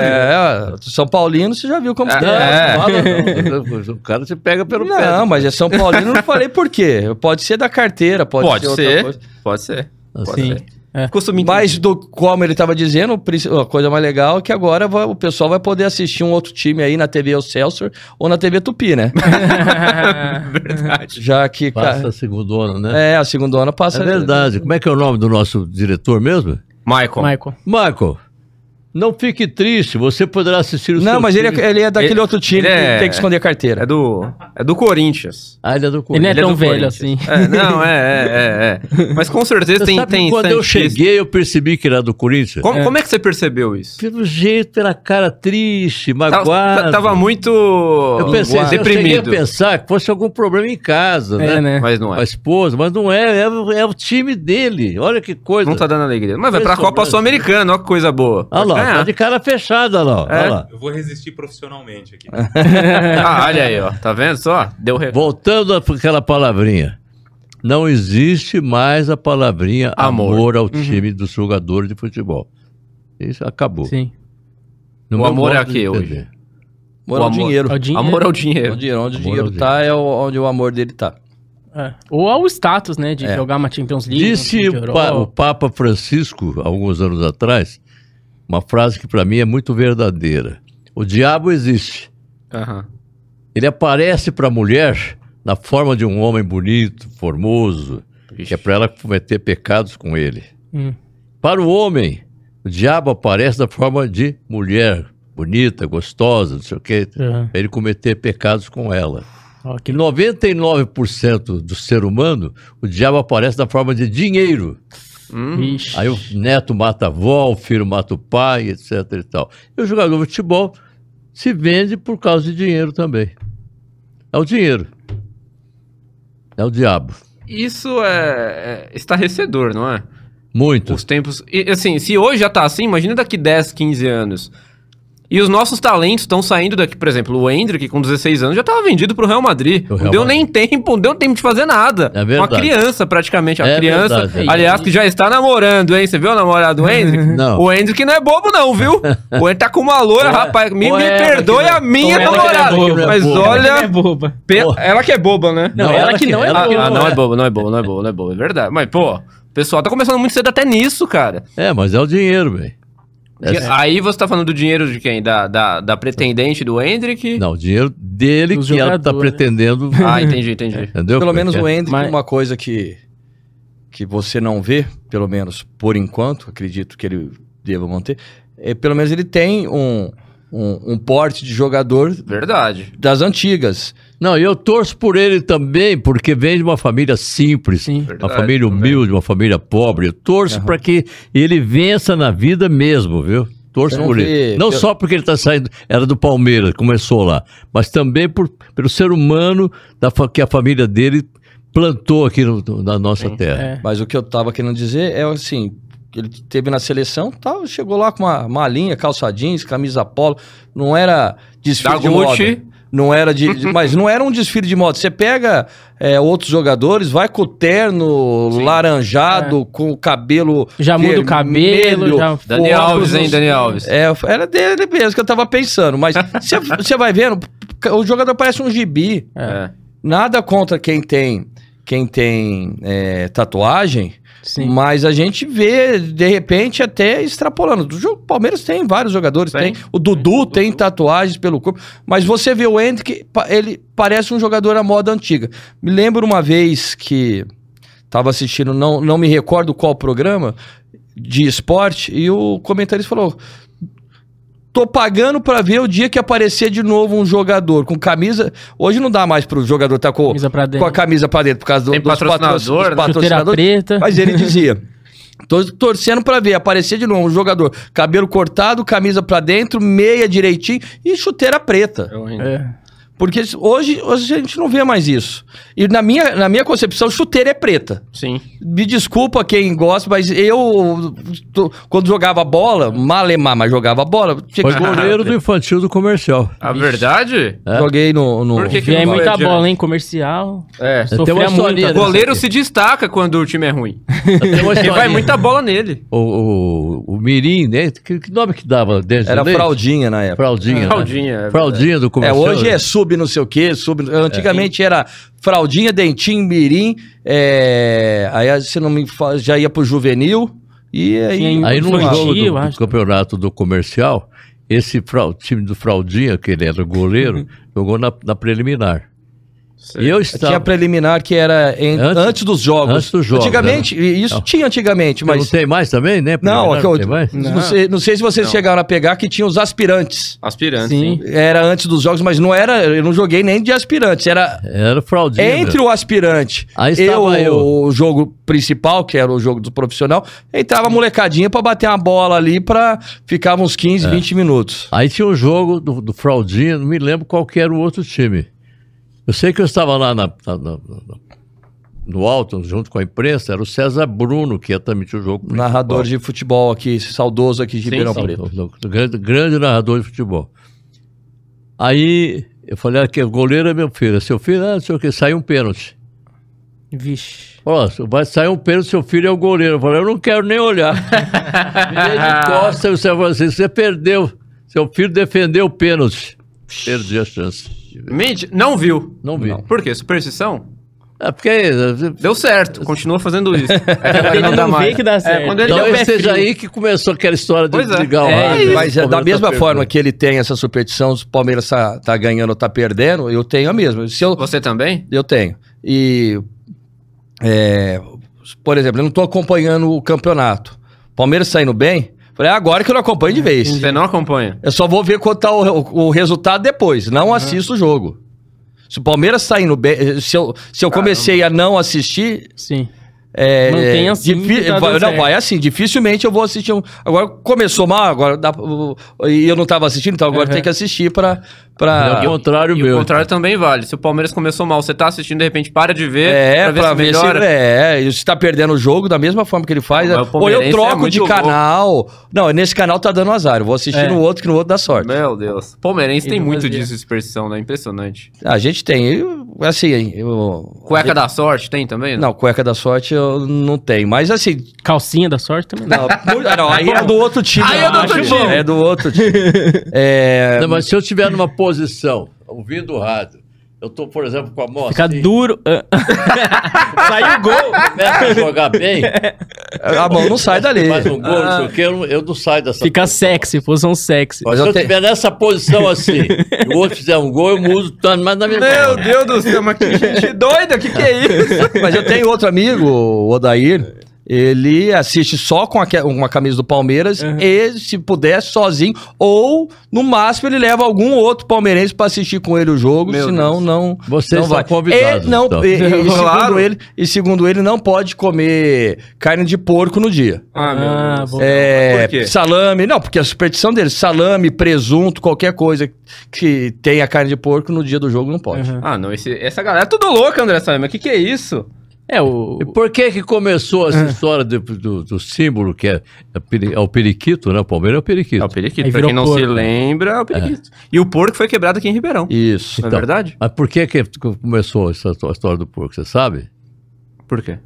[SPEAKER 4] é, São Paulino, você já viu como que
[SPEAKER 3] Não,
[SPEAKER 4] é.
[SPEAKER 1] É.
[SPEAKER 3] fala não. O cara se pega pelo
[SPEAKER 4] não,
[SPEAKER 3] pé.
[SPEAKER 4] mas é São Paulino, eu não falei por quê. Pode ser da carteira, pode,
[SPEAKER 1] Pode,
[SPEAKER 4] ser, outra
[SPEAKER 1] ser.
[SPEAKER 4] coisa.
[SPEAKER 1] Pode ser. Pode
[SPEAKER 3] Assim.
[SPEAKER 1] ser.
[SPEAKER 2] É.
[SPEAKER 1] Ficou subindo.
[SPEAKER 4] Mas do, como ele estava dizendo, o princi- a coisa mais legal é que agora vai- o pessoal vai poder assistir um outro time aí na TV Excelsior ou na TV Tupi, né?
[SPEAKER 1] verdade.
[SPEAKER 4] Já que...
[SPEAKER 3] Passa
[SPEAKER 4] ca-
[SPEAKER 3] a segundona, né?
[SPEAKER 4] É, a segunda ano
[SPEAKER 3] É,
[SPEAKER 4] passa...
[SPEAKER 3] verdade. Como é que é o nome do nosso diretor mesmo?
[SPEAKER 1] Michael.
[SPEAKER 2] Michael.
[SPEAKER 3] Marco, não fique triste, você poderá assistir o
[SPEAKER 4] Não, mas ele é, ele é daquele
[SPEAKER 1] Ele-
[SPEAKER 4] outro time
[SPEAKER 1] ele é-
[SPEAKER 4] que tem que esconder a carteira.
[SPEAKER 1] É do. É do Corinthians.
[SPEAKER 3] Ah, ele é do
[SPEAKER 2] Ele não é
[SPEAKER 3] Corinthians.
[SPEAKER 1] Ele é
[SPEAKER 2] tão
[SPEAKER 1] do
[SPEAKER 2] velho
[SPEAKER 1] Corinthians.
[SPEAKER 2] assim.
[SPEAKER 1] É, não, é, é, é, é. Mas com certeza
[SPEAKER 3] Você
[SPEAKER 1] tem.
[SPEAKER 3] sabe que
[SPEAKER 1] tem
[SPEAKER 3] quando eu
[SPEAKER 1] Santista.
[SPEAKER 3] cheguei, eu percebi que era do Corinthians.
[SPEAKER 1] Como, como é que você percebeu isso?
[SPEAKER 3] Pelo jeito, era cara triste,
[SPEAKER 1] Tava,
[SPEAKER 3] magoado.
[SPEAKER 1] tava muito.
[SPEAKER 3] Eu pensei, eu cheguei a
[SPEAKER 1] deprimido.
[SPEAKER 3] pensar que fosse algum problema em casa,
[SPEAKER 2] É,
[SPEAKER 3] né?
[SPEAKER 2] né?
[SPEAKER 1] Mas não
[SPEAKER 3] Com a
[SPEAKER 1] é.
[SPEAKER 3] esposa, mas não é, é, o- é o time dele. Olha que coisa.
[SPEAKER 1] Não tá dando alegria. Mas vai pra
[SPEAKER 3] Impressionante.
[SPEAKER 1] Copa Sul-Americana, ó que coisa boa.
[SPEAKER 3] Olha lá,
[SPEAKER 1] É.
[SPEAKER 3] tá de cara fechada olha lá. olha
[SPEAKER 1] É.
[SPEAKER 3] lá.
[SPEAKER 5] Eu vou resistir profissionalmente aqui.
[SPEAKER 1] Ah, olha aí, ó. Tá vendo só? Deu re...
[SPEAKER 3] Voltando àquela palavrinha. Não existe mais a palavrinha
[SPEAKER 1] Amor. Uhum.
[SPEAKER 3] amor, ao time dos jogadores de futebol. Isso acabou.
[SPEAKER 2] Sim.
[SPEAKER 3] No
[SPEAKER 1] O
[SPEAKER 3] meu
[SPEAKER 1] amor é
[SPEAKER 3] modo de
[SPEAKER 1] aqui
[SPEAKER 3] entender.
[SPEAKER 4] Moral
[SPEAKER 1] o amor-
[SPEAKER 4] dinheiro.
[SPEAKER 2] É o dinheiro.
[SPEAKER 1] Amor ao
[SPEAKER 4] Onde,
[SPEAKER 1] dinheiro.
[SPEAKER 4] dinheiro- onde o
[SPEAKER 3] Amor
[SPEAKER 4] dinheiro
[SPEAKER 3] ao
[SPEAKER 4] tá é o- onde o amor dele tá.
[SPEAKER 2] É. Ou ao status, né? De jogar uma Champions League. um
[SPEAKER 3] Disse
[SPEAKER 2] time de
[SPEAKER 3] o,
[SPEAKER 2] Europa.
[SPEAKER 3] pa- o Papa Francisco, alguns anos atrás, uma frase que para mim é muito verdadeira. O diabo existe.
[SPEAKER 1] Aham.
[SPEAKER 3] Ele aparece para a mulher na forma de um homem bonito, formoso, que é para ela cometer pecados com ele.
[SPEAKER 2] Hum.
[SPEAKER 3] Para o homem, o diabo aparece na forma de mulher bonita, gostosa, não sei o quê,
[SPEAKER 2] Uhum.
[SPEAKER 3] para ele cometer pecados com ela. Que 99% do ser humano, o diabo aparece na forma de dinheiro.
[SPEAKER 1] Hum.
[SPEAKER 2] Vixe.
[SPEAKER 3] Aí o neto mata a avó, o filho mata o pai, etc e tal. E o jogador de futebol se vende por causa de dinheiro também. É o dinheiro. É o diabo.
[SPEAKER 1] Isso é, é estarrecedor, não é?
[SPEAKER 3] Muito.
[SPEAKER 1] Os tempos. E, assim, se hoje já tá assim, imagina daqui 10, 15 anos. E os nossos talentos estão saindo daqui, por exemplo, o Hendrick, com 16 anos, já estava vendido pro Real Madrid.
[SPEAKER 3] Pro
[SPEAKER 1] não
[SPEAKER 3] Real
[SPEAKER 1] deu nem tempo, não deu tempo de fazer nada.
[SPEAKER 3] É verdade.
[SPEAKER 1] Uma criança, praticamente. A
[SPEAKER 3] É
[SPEAKER 1] criança,
[SPEAKER 3] verdade.
[SPEAKER 1] aliás, que já está namorando, hein? Você viu o namorado do Hendrick?
[SPEAKER 3] Não.
[SPEAKER 1] O Hendrick não é bobo, não, viu? o Hendrick tá com uma loira, rapaz. Me,
[SPEAKER 2] ou
[SPEAKER 1] me
[SPEAKER 3] é,
[SPEAKER 2] ela que
[SPEAKER 1] perdoe
[SPEAKER 2] não-
[SPEAKER 1] a minha
[SPEAKER 2] ou ela que não é
[SPEAKER 1] namorada.
[SPEAKER 2] boba,
[SPEAKER 1] mas
[SPEAKER 3] ou ela
[SPEAKER 2] Ela é
[SPEAKER 1] olha.
[SPEAKER 2] boba.
[SPEAKER 1] pe-
[SPEAKER 3] Pô.
[SPEAKER 1] Ela que é boba, né?
[SPEAKER 2] Não, ela que não é
[SPEAKER 3] ela
[SPEAKER 1] Ah,
[SPEAKER 2] boa.
[SPEAKER 3] que
[SPEAKER 1] ah, não é bobo, não é bobo, não é bobo, não é bobo. É verdade. Mas, pô, o pessoal tá começando muito cedo até nisso, cara.
[SPEAKER 3] É, mas é o dinheiro, velho. É
[SPEAKER 1] E Aí você tá falando do dinheiro de quem? Da, da, da pretendente do Hendrick?
[SPEAKER 3] Não, o dinheiro dele
[SPEAKER 2] Dos
[SPEAKER 3] que ela está
[SPEAKER 2] jogadores.
[SPEAKER 3] pretendendo.
[SPEAKER 1] Ah, entendi,
[SPEAKER 2] É.
[SPEAKER 1] entendi.
[SPEAKER 3] Entendeu?
[SPEAKER 4] Pelo menos o
[SPEAKER 3] o
[SPEAKER 4] Hendrick,
[SPEAKER 2] Mas-
[SPEAKER 4] uma coisa que, que você não vê, pelo menos por enquanto, acredito que ele deva manter, é, pelo menos ele tem um, um, um porte de jogador
[SPEAKER 1] Verdade.
[SPEAKER 4] das antigas.
[SPEAKER 3] Não, e eu torço por ele também, porque vem de uma família simples,
[SPEAKER 2] Sim.
[SPEAKER 3] uma
[SPEAKER 1] Verdade,
[SPEAKER 3] família
[SPEAKER 1] também.
[SPEAKER 3] humilde, uma família pobre. Eu torço para que ele vença na vida mesmo, viu? Torço
[SPEAKER 4] Eu não
[SPEAKER 3] por ele.
[SPEAKER 4] vi-
[SPEAKER 3] Não
[SPEAKER 4] eu-
[SPEAKER 3] só porque ele está saindo, era do Palmeiras, começou lá, mas também por, pelo ser humano da, fa- que a família dele plantou aqui no- no- na nossa terra.
[SPEAKER 2] É.
[SPEAKER 4] Mas o que eu tava querendo dizer é assim, ele teve na seleção, tal, chegou lá com uma malinha, calça jeans, camisa polo, não era desfile
[SPEAKER 1] Da
[SPEAKER 4] de
[SPEAKER 1] Gucci.
[SPEAKER 4] moda. Não era de, de- mas não era um desfile de moda. Você pega é, outros jogadores, vai com o terno laranjado, com o cabelo
[SPEAKER 2] É. Já muda o cabelo,
[SPEAKER 4] vermelho,
[SPEAKER 2] já-
[SPEAKER 1] Daniel
[SPEAKER 4] óculos
[SPEAKER 1] Alves, hein,
[SPEAKER 4] nos-
[SPEAKER 1] Daniel Alves.
[SPEAKER 4] é, era dele mesmo que eu tava pensando, mas você- você vai vendo, o jogador parece um gibi.
[SPEAKER 1] É.
[SPEAKER 4] Nada contra quem tem quem tem é, tatuagem,
[SPEAKER 2] Sim.
[SPEAKER 4] mas a gente vê de repente até extrapolando. Do jogo, o Palmeiras tem vários jogadores,
[SPEAKER 1] Tem.
[SPEAKER 4] tem, o Dudu tem tatuagens pelo corpo, mas você vê o Hendrick, pa- ele parece um jogador à moda antiga. Me lembro uma vez que estava assistindo, não, não me recordo qual programa de esporte e o comentarista falou: Tô pagando pra ver o dia que aparecer de novo um jogador com camisa. Hoje não dá mais pro jogador estar com,
[SPEAKER 2] Camisa pra dentro.
[SPEAKER 4] com a camisa pra dentro por causa do,
[SPEAKER 1] Tem
[SPEAKER 4] dos patro-
[SPEAKER 1] patrocinador,
[SPEAKER 4] dos
[SPEAKER 1] né?
[SPEAKER 2] Chuteira
[SPEAKER 4] patrocinadores.
[SPEAKER 2] preta.
[SPEAKER 4] Mas ele dizia. Tô torcendo pra ver aparecer de novo um jogador, cabelo cortado, camisa pra dentro, meia direitinho e chuteira preta.
[SPEAKER 2] É.
[SPEAKER 4] Porque hoje, hoje a gente não vê mais isso. E na minha, na minha concepção, chuteira é preta.
[SPEAKER 1] Sim.
[SPEAKER 4] Me desculpa quem gosta, mas eu, tô- quando jogava bola, malemar, mas jogava bola,
[SPEAKER 2] É.
[SPEAKER 4] tinha
[SPEAKER 3] Foi
[SPEAKER 1] é.
[SPEAKER 4] que-
[SPEAKER 3] goleiro do infantil do comercial.
[SPEAKER 1] A verdade?
[SPEAKER 3] É.
[SPEAKER 4] joguei no. no-
[SPEAKER 1] Por que que
[SPEAKER 2] Vem
[SPEAKER 1] não
[SPEAKER 2] muita
[SPEAKER 1] vai,
[SPEAKER 2] bola, hein? Comercial.
[SPEAKER 1] É.
[SPEAKER 3] Tem uma
[SPEAKER 2] Sofria muito. né?
[SPEAKER 3] historinha
[SPEAKER 2] até-
[SPEAKER 1] O goleiro se destaca quando o time é ruim.
[SPEAKER 3] Tem uma
[SPEAKER 1] Porque vai
[SPEAKER 3] historinha.
[SPEAKER 1] muita bola nele.
[SPEAKER 3] o, o, o Mirim, né? Que, que nome que dava? Dente
[SPEAKER 4] Era
[SPEAKER 3] de leite?
[SPEAKER 4] fraldinha na época.
[SPEAKER 3] Fraldinha. né?
[SPEAKER 1] Fraldinha, é
[SPEAKER 3] Fraldinha do
[SPEAKER 4] É,
[SPEAKER 3] comercial. né?
[SPEAKER 4] hoje é sub não sei o quê, sub. Antigamente era fraldinha, dentinho, mirim. é, Aí se não me fa- já ia pro juvenil. E aí.
[SPEAKER 2] Tinha
[SPEAKER 3] Aí no
[SPEAKER 2] Infantil,
[SPEAKER 3] jogo do,
[SPEAKER 2] eu
[SPEAKER 3] do
[SPEAKER 2] acho.
[SPEAKER 3] campeonato do comercial, esse frau- time do Fraldinha, que ele era goleiro, jogou na, na preliminar. E eu
[SPEAKER 4] Tinha
[SPEAKER 3] estava.
[SPEAKER 4] preliminar que era em-
[SPEAKER 3] Antes-
[SPEAKER 4] antes, dos jogos.
[SPEAKER 3] antes dos jogos, né?
[SPEAKER 4] Antigamente, e isso
[SPEAKER 3] Não.
[SPEAKER 4] tinha antigamente,
[SPEAKER 3] Mas...
[SPEAKER 4] mas.
[SPEAKER 3] Não tem mais também, né?
[SPEAKER 4] Não,
[SPEAKER 3] Preliminar,
[SPEAKER 4] aqui, ó,
[SPEAKER 3] tem mais?
[SPEAKER 4] não. sei, não sei se vocês chegaram a pegar que tinha os aspirantes.
[SPEAKER 1] Aspirante.
[SPEAKER 2] Sim.
[SPEAKER 4] Era antes dos jogos, mas não era. Eu não joguei nem de aspirantes. Era
[SPEAKER 3] Era Fraldinha.
[SPEAKER 4] É entre
[SPEAKER 3] mesmo.
[SPEAKER 4] o aspirante
[SPEAKER 3] Aí
[SPEAKER 4] e
[SPEAKER 3] estava
[SPEAKER 4] o,
[SPEAKER 3] eu.
[SPEAKER 4] o jogo principal, que era o jogo do profissional, entrava a molecadinha pra bater uma bola ali pra ficava uns 15, 20 minutos.
[SPEAKER 3] Aí tinha um jogo do, do Fraldinha, não me lembro qual que era o outro time. Eu sei que eu estava lá na- na- na- na- no alto, junto com a imprensa, era o César Bruno, que ia transmitir o jogo. principal.
[SPEAKER 4] Narrador de futebol aqui, esse saudoso aqui de Ribeirão
[SPEAKER 1] sim.
[SPEAKER 4] Preto.
[SPEAKER 3] Do- do grande, grande narrador de futebol. Aí eu falei, ah, que goleiro é meu filho. Seu filho, ah, não sei o que, saiu um pênalti.
[SPEAKER 2] Vixe.
[SPEAKER 3] Ó, vai sair um pênalti, seu filho é o goleiro. Eu falei, eu não quero nem olhar. Me dei
[SPEAKER 2] é
[SPEAKER 3] de costas, e o Sérgio falou assim, você perdeu. Seu filho defendeu o pênalti. Perdi a chance.
[SPEAKER 1] Mente, não viu.
[SPEAKER 3] Não vi.
[SPEAKER 1] Por quê? Superstição?
[SPEAKER 3] É porque eh,
[SPEAKER 1] Deu certo. Continua fazendo isso. É quando
[SPEAKER 2] Ele não vê que dá certo.
[SPEAKER 1] É, quando ele
[SPEAKER 3] talvez
[SPEAKER 1] é
[SPEAKER 3] então, seja aí que começou aquela história de
[SPEAKER 1] Pois é.
[SPEAKER 3] desligar o
[SPEAKER 1] É,
[SPEAKER 3] rádio.
[SPEAKER 4] Mas é, da
[SPEAKER 3] Talvez
[SPEAKER 4] mesma
[SPEAKER 3] tá
[SPEAKER 4] forma
[SPEAKER 3] perdendo.
[SPEAKER 4] que ele tem essa superstição, se o Palmeiras tá, tá ganhando ou tá perdendo, eu tenho a mesma. Se eu,
[SPEAKER 1] Você também?
[SPEAKER 4] Eu tenho. E, é, por exemplo, eu não estou acompanhando o campeonato. Palmeiras saindo bem, falei, "É agora que eu não acompanho de
[SPEAKER 1] É,
[SPEAKER 4] vez.
[SPEAKER 1] Você não acompanha.
[SPEAKER 4] Eu só vou ver quanto tá o, o resultado depois, não assisto o jogo. Se o Palmeiras tá indo bem. Se eu, se eu comecei a não assistir.
[SPEAKER 2] Sim.
[SPEAKER 4] É,
[SPEAKER 2] Mantém assim
[SPEAKER 4] difi-
[SPEAKER 2] que tá dando
[SPEAKER 4] vai, não,
[SPEAKER 2] certo.
[SPEAKER 4] vai assim, dificilmente eu vou assistir. um- Agora começou mal, agora dá, e eu não tava assistindo, então agora
[SPEAKER 2] Uhum.
[SPEAKER 4] tem que assistir
[SPEAKER 3] É
[SPEAKER 4] pra. pra
[SPEAKER 3] o contrário
[SPEAKER 1] E o
[SPEAKER 3] meu.
[SPEAKER 1] contrário também vale. Se o Palmeiras começou mal, você tá assistindo, de repente para de ver,
[SPEAKER 4] É, pra ver, se,
[SPEAKER 1] melhora.
[SPEAKER 4] É, e se tá perdendo o jogo da mesma forma que ele faz.
[SPEAKER 1] Mas o
[SPEAKER 4] ou eu
[SPEAKER 1] palmeirense é
[SPEAKER 4] troco
[SPEAKER 1] muito
[SPEAKER 4] de
[SPEAKER 1] louco.
[SPEAKER 4] canal. Não, nesse canal tá dando azar. Eu vou assistir
[SPEAKER 2] É.
[SPEAKER 4] no outro que no outro dá sorte.
[SPEAKER 1] Meu Deus. Palmeirense
[SPEAKER 2] E
[SPEAKER 1] tem
[SPEAKER 2] não
[SPEAKER 1] muito
[SPEAKER 2] fazia.
[SPEAKER 1] disso, dispersão, né? Impressionante.
[SPEAKER 4] A gente tem. eu- Assim, hein, eu.
[SPEAKER 1] Cueca da sorte tem também? né?
[SPEAKER 4] Não, cueca da sorte eu não tenho. Mas assim.
[SPEAKER 2] Calcinha da sorte também.
[SPEAKER 4] Não, muito- não, aí é do outro time.
[SPEAKER 1] Aí é do outro
[SPEAKER 4] acho.
[SPEAKER 1] time.
[SPEAKER 4] É do outro time. É,
[SPEAKER 3] Não, mas se eu estiver numa posição, ouvindo o rádio, eu tô, por exemplo, com a mão
[SPEAKER 2] Fica
[SPEAKER 3] assim,
[SPEAKER 2] duro. Ah,
[SPEAKER 3] saiu o gol, começa a Né? jogar bem,
[SPEAKER 4] a mão não sai dali. Ah.
[SPEAKER 3] faz um gol, não sei o quê, eu, não- eu não saio dessa
[SPEAKER 2] Fica sexy, posição sexy.
[SPEAKER 3] Mas
[SPEAKER 4] Mas
[SPEAKER 3] se eu
[SPEAKER 4] eu te-
[SPEAKER 3] estiver nessa posição assim, e o outro fizer um gol, eu mudo tanto, mas na minha
[SPEAKER 1] Meu Deus do céu, mas que gente doida, o que, que é isso?
[SPEAKER 4] Mas eu tenho outro amigo, o Odair. Ele assiste só com aque- uma camisa do Palmeiras e, se puder, sozinho. Ou, no máximo, ele leva algum outro palmeirense pra assistir com ele o jogo.
[SPEAKER 1] Meu
[SPEAKER 4] senão, não.
[SPEAKER 3] Vocês
[SPEAKER 4] não
[SPEAKER 3] são
[SPEAKER 4] vai.
[SPEAKER 3] convidados,
[SPEAKER 4] E, não,
[SPEAKER 3] então.
[SPEAKER 4] e, e- e
[SPEAKER 1] Claro.
[SPEAKER 4] segundo ele, e segundo ele, não pode comer carne de porco no dia.
[SPEAKER 1] Ah, meu
[SPEAKER 2] Ah,
[SPEAKER 1] Deus.
[SPEAKER 2] bom.
[SPEAKER 4] É,
[SPEAKER 1] Por quê?
[SPEAKER 4] salame, não, porque a superstição dele, salame, presunto, qualquer coisa que tenha carne de porco no dia do jogo não pode.
[SPEAKER 2] Uhum.
[SPEAKER 1] Ah, não, esse- essa galera é tudo louca, André Sabe, mas o que, que é isso?
[SPEAKER 2] É, o.
[SPEAKER 3] E por que que começou essa história do, do- do símbolo que é, é, peri- é o periquito, né? O Palmeiras é o periquito.
[SPEAKER 1] É o periquito.
[SPEAKER 2] Aí
[SPEAKER 1] Pra
[SPEAKER 2] virou
[SPEAKER 1] quem não se
[SPEAKER 2] porco.
[SPEAKER 1] lembra, é o periquito. E o porco foi quebrado aqui em Ribeirão.
[SPEAKER 4] Isso.
[SPEAKER 1] Não é
[SPEAKER 3] Então.
[SPEAKER 1] verdade?
[SPEAKER 3] Mas por que que começou essa to- história do porco, você sabe?
[SPEAKER 1] Por quê?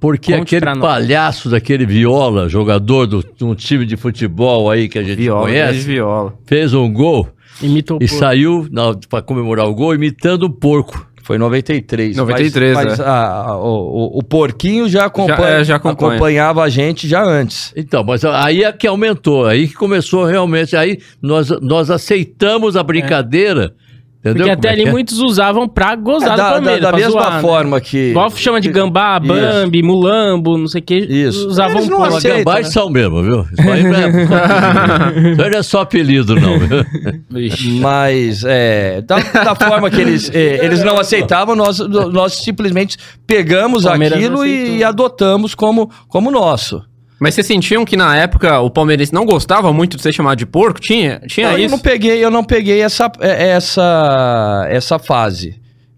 [SPEAKER 3] Porque
[SPEAKER 2] Conte
[SPEAKER 3] aquele
[SPEAKER 2] pra nós.
[SPEAKER 3] palhaço daquele Viola, jogador do- de um time de futebol aí que a gente
[SPEAKER 1] Viola,
[SPEAKER 3] conhece,
[SPEAKER 1] viola.
[SPEAKER 3] fez um gol
[SPEAKER 2] Imita o
[SPEAKER 3] e
[SPEAKER 2] porco.
[SPEAKER 3] saiu para comemorar o gol imitando o porco.
[SPEAKER 4] Foi em 93.
[SPEAKER 1] 93,
[SPEAKER 4] mas, mas
[SPEAKER 1] é.
[SPEAKER 4] a- a- o, o- o porquinho já, acompanha-
[SPEAKER 1] Já- é, já acompanha.
[SPEAKER 4] acompanhava a gente já antes.
[SPEAKER 3] Então, mas aí é que aumentou, aí que começou realmente, aí nós, nós aceitamos a brincadeira, entendeu?
[SPEAKER 2] Porque
[SPEAKER 3] Como
[SPEAKER 2] até
[SPEAKER 3] é
[SPEAKER 2] ali
[SPEAKER 3] que é?
[SPEAKER 2] muitos usavam pra
[SPEAKER 4] É,
[SPEAKER 2] gozar do
[SPEAKER 4] da da-
[SPEAKER 2] Palmeiras.
[SPEAKER 4] da
[SPEAKER 2] pra
[SPEAKER 4] mesma
[SPEAKER 2] zoar, né?
[SPEAKER 4] forma que.
[SPEAKER 2] Igual chama de gambá,
[SPEAKER 4] Isso.
[SPEAKER 2] bambi, mulambo, não sei o que.
[SPEAKER 4] Isso.
[SPEAKER 2] Usavam um
[SPEAKER 4] Eles não
[SPEAKER 2] porco.
[SPEAKER 4] aceitam.
[SPEAKER 3] Gambás
[SPEAKER 4] né?
[SPEAKER 3] são mesmo, viu? Isso aí não é, isso aí não é só apelido, não.
[SPEAKER 4] Mas, é, da, da forma que eles, é, eles não aceitavam, nós, nós simplesmente pegamos
[SPEAKER 2] Palmeiras
[SPEAKER 4] aquilo
[SPEAKER 2] não
[SPEAKER 4] e,
[SPEAKER 2] aceitou.
[SPEAKER 4] adotamos como, como nosso.
[SPEAKER 1] Mas vocês sentiam que na época o palmeirense não gostava muito de ser chamado de porco? Tinha, tinha
[SPEAKER 4] eu,
[SPEAKER 1] é isso?
[SPEAKER 4] não peguei, eu não peguei essa, é, essa, essa fase.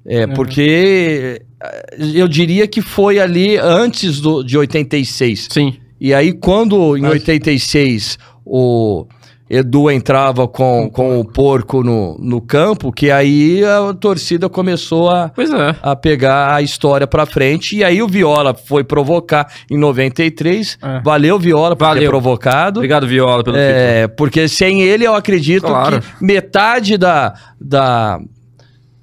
[SPEAKER 4] É, porque é, eu diria que foi ali antes do, de 86.
[SPEAKER 1] Sim.
[SPEAKER 4] E aí, quando em 86 o Edu entrava com, com o porco no, no campo, que aí a torcida começou a,
[SPEAKER 1] Pois é.
[SPEAKER 4] a pegar a história pra frente. E aí o Viola foi provocar em 93.
[SPEAKER 2] É.
[SPEAKER 4] Valeu, Viola, por ter
[SPEAKER 1] Valeu.
[SPEAKER 4] provocado.
[SPEAKER 1] Obrigado, Viola, pelo título.
[SPEAKER 4] É, porque sem ele eu acredito
[SPEAKER 1] Claro.
[SPEAKER 4] que metade da, da,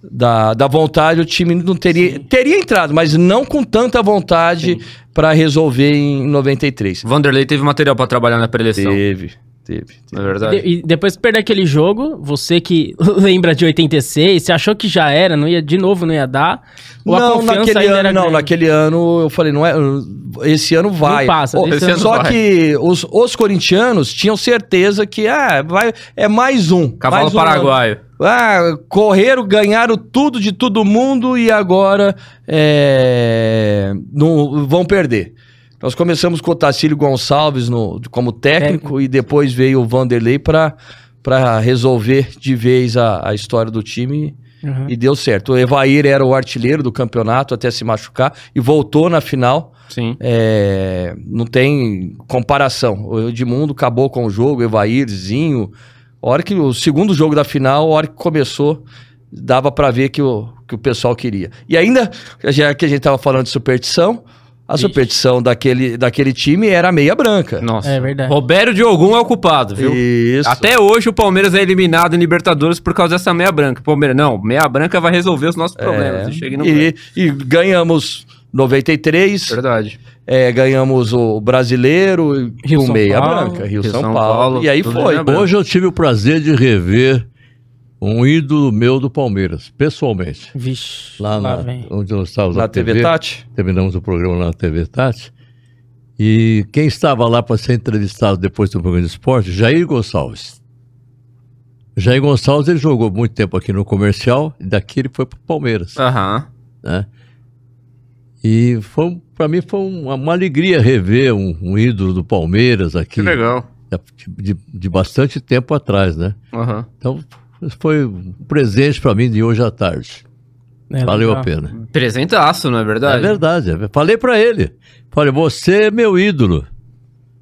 [SPEAKER 4] da, da vontade o time não teria teria entrado, mas não com tanta vontade pra resolver em 93.
[SPEAKER 1] Vanderlei teve material pra trabalhar na preleção,
[SPEAKER 4] Teve, teve.
[SPEAKER 1] na verdade.
[SPEAKER 2] De- e depois que perder aquele jogo, você que lembra de 86, você achou que já era, não ia de novo, não ia dar. Ou a
[SPEAKER 4] Não,
[SPEAKER 2] confiança
[SPEAKER 4] naquele
[SPEAKER 2] ainda
[SPEAKER 4] ano,
[SPEAKER 2] era
[SPEAKER 4] não,
[SPEAKER 2] grande?
[SPEAKER 4] naquele ano eu falei, não é, esse ano vai.
[SPEAKER 2] passa,
[SPEAKER 4] Ó,
[SPEAKER 2] esse
[SPEAKER 1] ano
[SPEAKER 4] só
[SPEAKER 1] vai.
[SPEAKER 4] que os, os corintianos tinham certeza que ah, vai, é mais um.
[SPEAKER 1] Cavalo
[SPEAKER 4] mais um ano.
[SPEAKER 1] paraguaio.
[SPEAKER 4] Ah, correram, ganharam tudo de todo mundo e agora é, não, vão perder. Nós começamos com o Tacílio Gonçalves no- como técnico e depois veio o Vanderlei para resolver de vez a, a história do time
[SPEAKER 2] Uhum.
[SPEAKER 4] e deu certo. O Evair era o artilheiro do campeonato até se machucar e voltou na final.
[SPEAKER 1] Sim.
[SPEAKER 4] É, não tem comparação. O Edmundo acabou com o jogo, Evairzinho. A hora que o segundo jogo da final, a hora que começou, dava pra ver que o, que o pessoal queria. E ainda, já que a gente tava falando de superstição, a
[SPEAKER 2] Ixi.
[SPEAKER 4] superstição daquele, daquele time era a meia branca.
[SPEAKER 1] Nossa.
[SPEAKER 2] É verdade.
[SPEAKER 1] Roberto de Ogum é o culpado, viu?
[SPEAKER 4] Isso.
[SPEAKER 1] Até hoje o Palmeiras é eliminado em Libertadores por causa dessa meia branca. Palmeiras, não, meia branca vai resolver os nossos problemas. né? Você chega e não ganha.
[SPEAKER 4] É. e, e ganhamos 93,
[SPEAKER 1] Verdade.
[SPEAKER 4] é, ganhamos o brasileiro,
[SPEAKER 2] Rio
[SPEAKER 4] o
[SPEAKER 2] São
[SPEAKER 4] meia
[SPEAKER 2] Paulo.
[SPEAKER 4] branca, Rio,
[SPEAKER 1] Rio
[SPEAKER 4] São,
[SPEAKER 1] São
[SPEAKER 4] Paulo,
[SPEAKER 1] Paulo,
[SPEAKER 4] E aí
[SPEAKER 1] tudo
[SPEAKER 4] foi.
[SPEAKER 1] meia branca.
[SPEAKER 3] Hoje eu tive o prazer de rever um ídolo meu do Palmeiras, pessoalmente.
[SPEAKER 2] Vixe,
[SPEAKER 3] Lá, na,
[SPEAKER 2] vem.
[SPEAKER 3] onde nós estávamos
[SPEAKER 4] Na tá? TV Tati?
[SPEAKER 3] terminamos o programa lá na TV Tati. E quem estava lá para ser entrevistado depois do programa de esporte, Jair Gonçalves. Jair Gonçalves ele jogou muito tempo aqui no comercial, e daqui ele foi para o Palmeiras.
[SPEAKER 1] Ah. Aham.
[SPEAKER 3] né? E foi para mim foi uma, uma alegria rever um, um ídolo do Palmeiras aqui né,
[SPEAKER 1] Que legal.
[SPEAKER 3] de, de bastante tempo atrás, né?
[SPEAKER 1] Aham.
[SPEAKER 3] Então foi um presente para mim de hoje à tarde.
[SPEAKER 2] É,
[SPEAKER 3] Valeu
[SPEAKER 2] legal.
[SPEAKER 3] a pena.
[SPEAKER 1] Presentaço, não é
[SPEAKER 3] É
[SPEAKER 1] verdade?
[SPEAKER 3] verdade. é- Falei para ele. Falei, você é meu ídolo.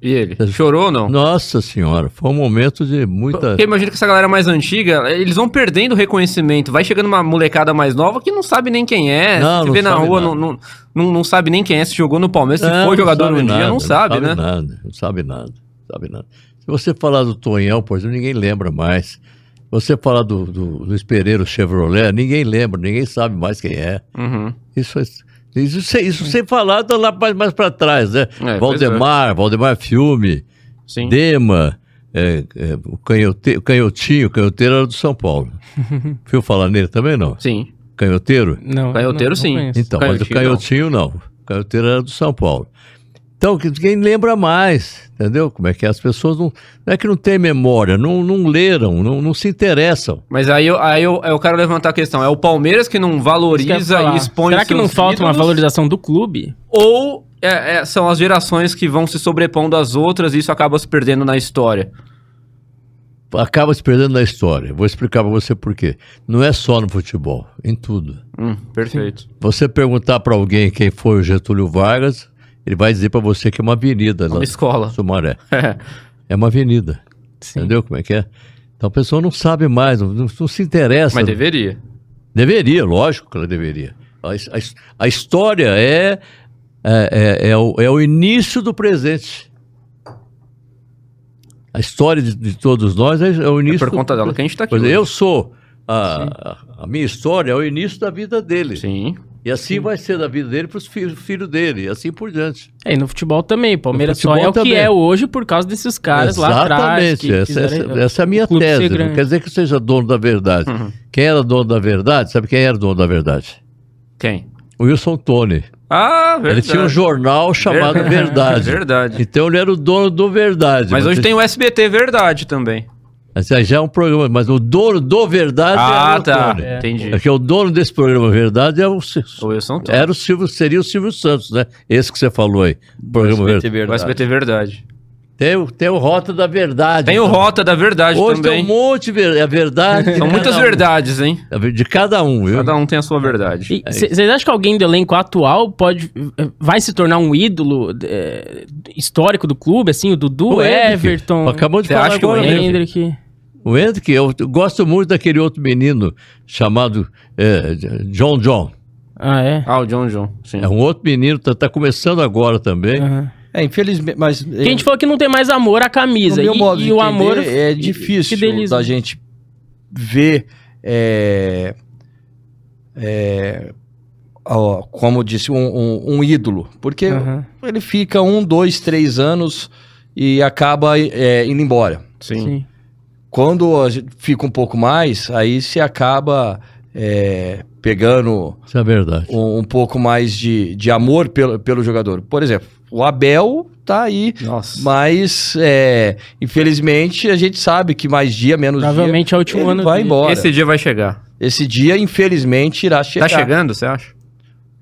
[SPEAKER 1] E
[SPEAKER 4] É.
[SPEAKER 1] ele? Chorou ou não?
[SPEAKER 3] Nossa senhora, foi um momento de muita.
[SPEAKER 1] Porque imagina que essa galera mais antiga, eles vão perdendo o reconhecimento. Vai chegando uma molecada mais nova que não sabe nem quem é.
[SPEAKER 3] Não,
[SPEAKER 1] se
[SPEAKER 3] não
[SPEAKER 1] vê na
[SPEAKER 3] sabe
[SPEAKER 1] rua,
[SPEAKER 3] nada.
[SPEAKER 1] não, não, não, não sabe nem quem é. Se jogou no Palmeiras, se
[SPEAKER 3] Não,
[SPEAKER 1] foi
[SPEAKER 3] não
[SPEAKER 1] jogador
[SPEAKER 3] sabe
[SPEAKER 1] um dia,
[SPEAKER 3] nada,
[SPEAKER 1] não sabe, né?
[SPEAKER 3] Nada, não sabe nada, não sabe nada. Se você falar do Tonhão, por exemplo, ninguém lembra mais. Se Você falar do, do Luiz Pereira o Chevrolet, ninguém lembra, ninguém sabe mais quem é.
[SPEAKER 1] Uhum.
[SPEAKER 3] Isso, é- isso, sem- isso sem falar do lá mais, mais para trás, né?
[SPEAKER 1] É, pois
[SPEAKER 3] Valdemar, Valdemar Filme,
[SPEAKER 1] Sim.
[SPEAKER 3] Dema, é, é, o, canhote, o Canhotinho, o Canhoteiro era do São Paulo. Viu falar nele também, não?
[SPEAKER 1] Sim.
[SPEAKER 3] Canhoteiro?
[SPEAKER 2] Não,
[SPEAKER 1] Canhoteiro,
[SPEAKER 2] não- não
[SPEAKER 1] sim.
[SPEAKER 2] conheço.
[SPEAKER 3] Então, mas o
[SPEAKER 1] Canhotinho,
[SPEAKER 3] canhotinho não. O canhoteiro era do São Paulo. Então, que ninguém lembra mais, entendeu? Como é que é? as pessoas não. Não é que não tem memória, não, não leram, não, não se interessam.
[SPEAKER 1] Mas aí, eu, aí eu, eu quero levantar a questão. É o Palmeiras que não
[SPEAKER 2] Isso que eu ia
[SPEAKER 1] valoriza
[SPEAKER 2] falar.
[SPEAKER 1] e expõe
[SPEAKER 2] Será
[SPEAKER 1] os
[SPEAKER 2] que não
[SPEAKER 1] seus
[SPEAKER 2] falta uma
[SPEAKER 1] ídolos?
[SPEAKER 2] valorização do clube?
[SPEAKER 1] Ou é- é- são as gerações que vão se sobrepondo às outras e isso acaba se perdendo na história?
[SPEAKER 3] Acaba se perdendo na história. Vou explicar para você por quê. Não é só no futebol, em tudo.
[SPEAKER 1] Hum, perfeito.
[SPEAKER 3] Você perguntar para alguém quem foi o Getúlio Vargas, ele vai dizer para você que é uma avenida lá
[SPEAKER 1] Uma escola.
[SPEAKER 3] em Sumaré. É uma avenida. Entendeu como é que é? Então a pessoa não sabe mais, não, não- não se interessa.
[SPEAKER 1] mas deveria.
[SPEAKER 3] Deveria, lógico que ela deveria. A, his- a his- a história é, é, é- é o, é o início do presente. A história de, de todos nós é, é o
[SPEAKER 1] É
[SPEAKER 3] início.
[SPEAKER 1] por conta dela que a gente tá aqui.
[SPEAKER 3] Por exemplo,
[SPEAKER 1] hoje.
[SPEAKER 3] é, eu sou. A, a- a minha história é o início da vida dele.
[SPEAKER 1] Sim.
[SPEAKER 3] E assim vai ser da vida dele para os filhos filho dele, e assim por diante.
[SPEAKER 2] É, e no futebol também. O Palmeiras
[SPEAKER 3] No futebol
[SPEAKER 2] só é o que
[SPEAKER 3] também.
[SPEAKER 2] é hoje por causa desses caras lá atrás. que
[SPEAKER 3] essa, essa-
[SPEAKER 2] fizeram-
[SPEAKER 3] essa é a minha
[SPEAKER 2] o clube ser
[SPEAKER 3] tese. Não
[SPEAKER 2] grande.
[SPEAKER 3] quer dizer que eu seja dono da verdade.
[SPEAKER 1] Uhum.
[SPEAKER 3] Quem era dono da verdade, sabe quem era dono da verdade?
[SPEAKER 1] Quem?
[SPEAKER 3] Wilson Tony.
[SPEAKER 1] Ah, verdade.
[SPEAKER 3] Ele tinha um jornal chamado Verdade.
[SPEAKER 1] Verdade.
[SPEAKER 3] Então ele era o dono do Verdade.
[SPEAKER 1] Mas hoje tem o SBT Verdade também.
[SPEAKER 3] Assim, já é um programa, mas o dono do Verdade
[SPEAKER 1] Ah,
[SPEAKER 3] era o
[SPEAKER 1] tá.
[SPEAKER 3] Antônio.
[SPEAKER 1] Entendi.
[SPEAKER 3] É que o dono desse programa Verdade era o, Sil-
[SPEAKER 1] O Wilson tá. Antônio.
[SPEAKER 3] era o Silvio, seria o Silvio Santos, né? Esse que você falou aí. o Programa
[SPEAKER 4] SBT
[SPEAKER 3] É Verdade.
[SPEAKER 1] O SBT Verdade.
[SPEAKER 3] Tem, o- tem o Rota da Verdade.
[SPEAKER 1] Tem o
[SPEAKER 3] Então,
[SPEAKER 1] Rota da Verdade
[SPEAKER 3] Hoje tem
[SPEAKER 1] também.
[SPEAKER 3] um monte de ver- é verdade. de
[SPEAKER 1] São
[SPEAKER 3] cada
[SPEAKER 1] muitas
[SPEAKER 3] um.
[SPEAKER 1] verdades, hein?
[SPEAKER 3] De cada um, viu?
[SPEAKER 1] Cada um tem a sua verdade.
[SPEAKER 2] E Vocês acham que alguém do elenco atual pode, vai se tornar um ídolo é, histórico do clube, assim? O Dudu,
[SPEAKER 3] O Hendrick.
[SPEAKER 2] Everton,
[SPEAKER 3] Acabou de
[SPEAKER 1] Você
[SPEAKER 3] falar
[SPEAKER 1] acha que o
[SPEAKER 3] agora, né?
[SPEAKER 2] Hendrick.
[SPEAKER 3] O Hendrick, eu gosto muito daquele outro menino chamado eh, John John.
[SPEAKER 2] Ah, é?
[SPEAKER 1] Ah, o John John. Sim.
[SPEAKER 3] É um outro menino, tá, tá começando agora também.
[SPEAKER 2] Aham.
[SPEAKER 4] É, infelizmente, mas... é,
[SPEAKER 2] Porque a gente falou que não tem mais amor à camisa.
[SPEAKER 4] No meu
[SPEAKER 2] e
[SPEAKER 4] modo
[SPEAKER 2] e
[SPEAKER 4] de
[SPEAKER 2] o
[SPEAKER 4] entender,
[SPEAKER 2] amor...
[SPEAKER 4] é difícil
[SPEAKER 2] fidelismo.
[SPEAKER 4] da gente ver é, é, ó, como disse um, um- um ídolo porque
[SPEAKER 2] Aham.
[SPEAKER 4] ele fica um dois três anos e acaba é, indo embora
[SPEAKER 1] Sim.
[SPEAKER 2] Sim.
[SPEAKER 4] quando a gente fica um pouco mais aí se acaba é, pegando
[SPEAKER 3] Isso é verdade.
[SPEAKER 4] um, um pouco mais de, de amor pelo, pelo jogador por exemplo o Abel tá aí
[SPEAKER 1] Nossa.
[SPEAKER 4] mas, é, infelizmente, a gente sabe que mais dia, menos dia,
[SPEAKER 2] Provavelmente é o último
[SPEAKER 4] ele
[SPEAKER 2] ano
[SPEAKER 4] vai
[SPEAKER 2] dele.
[SPEAKER 4] embora. Esse...
[SPEAKER 1] Esse dia vai chegar.
[SPEAKER 4] dia, infelizmente, irá chegar.
[SPEAKER 1] Tá chegando, você acha?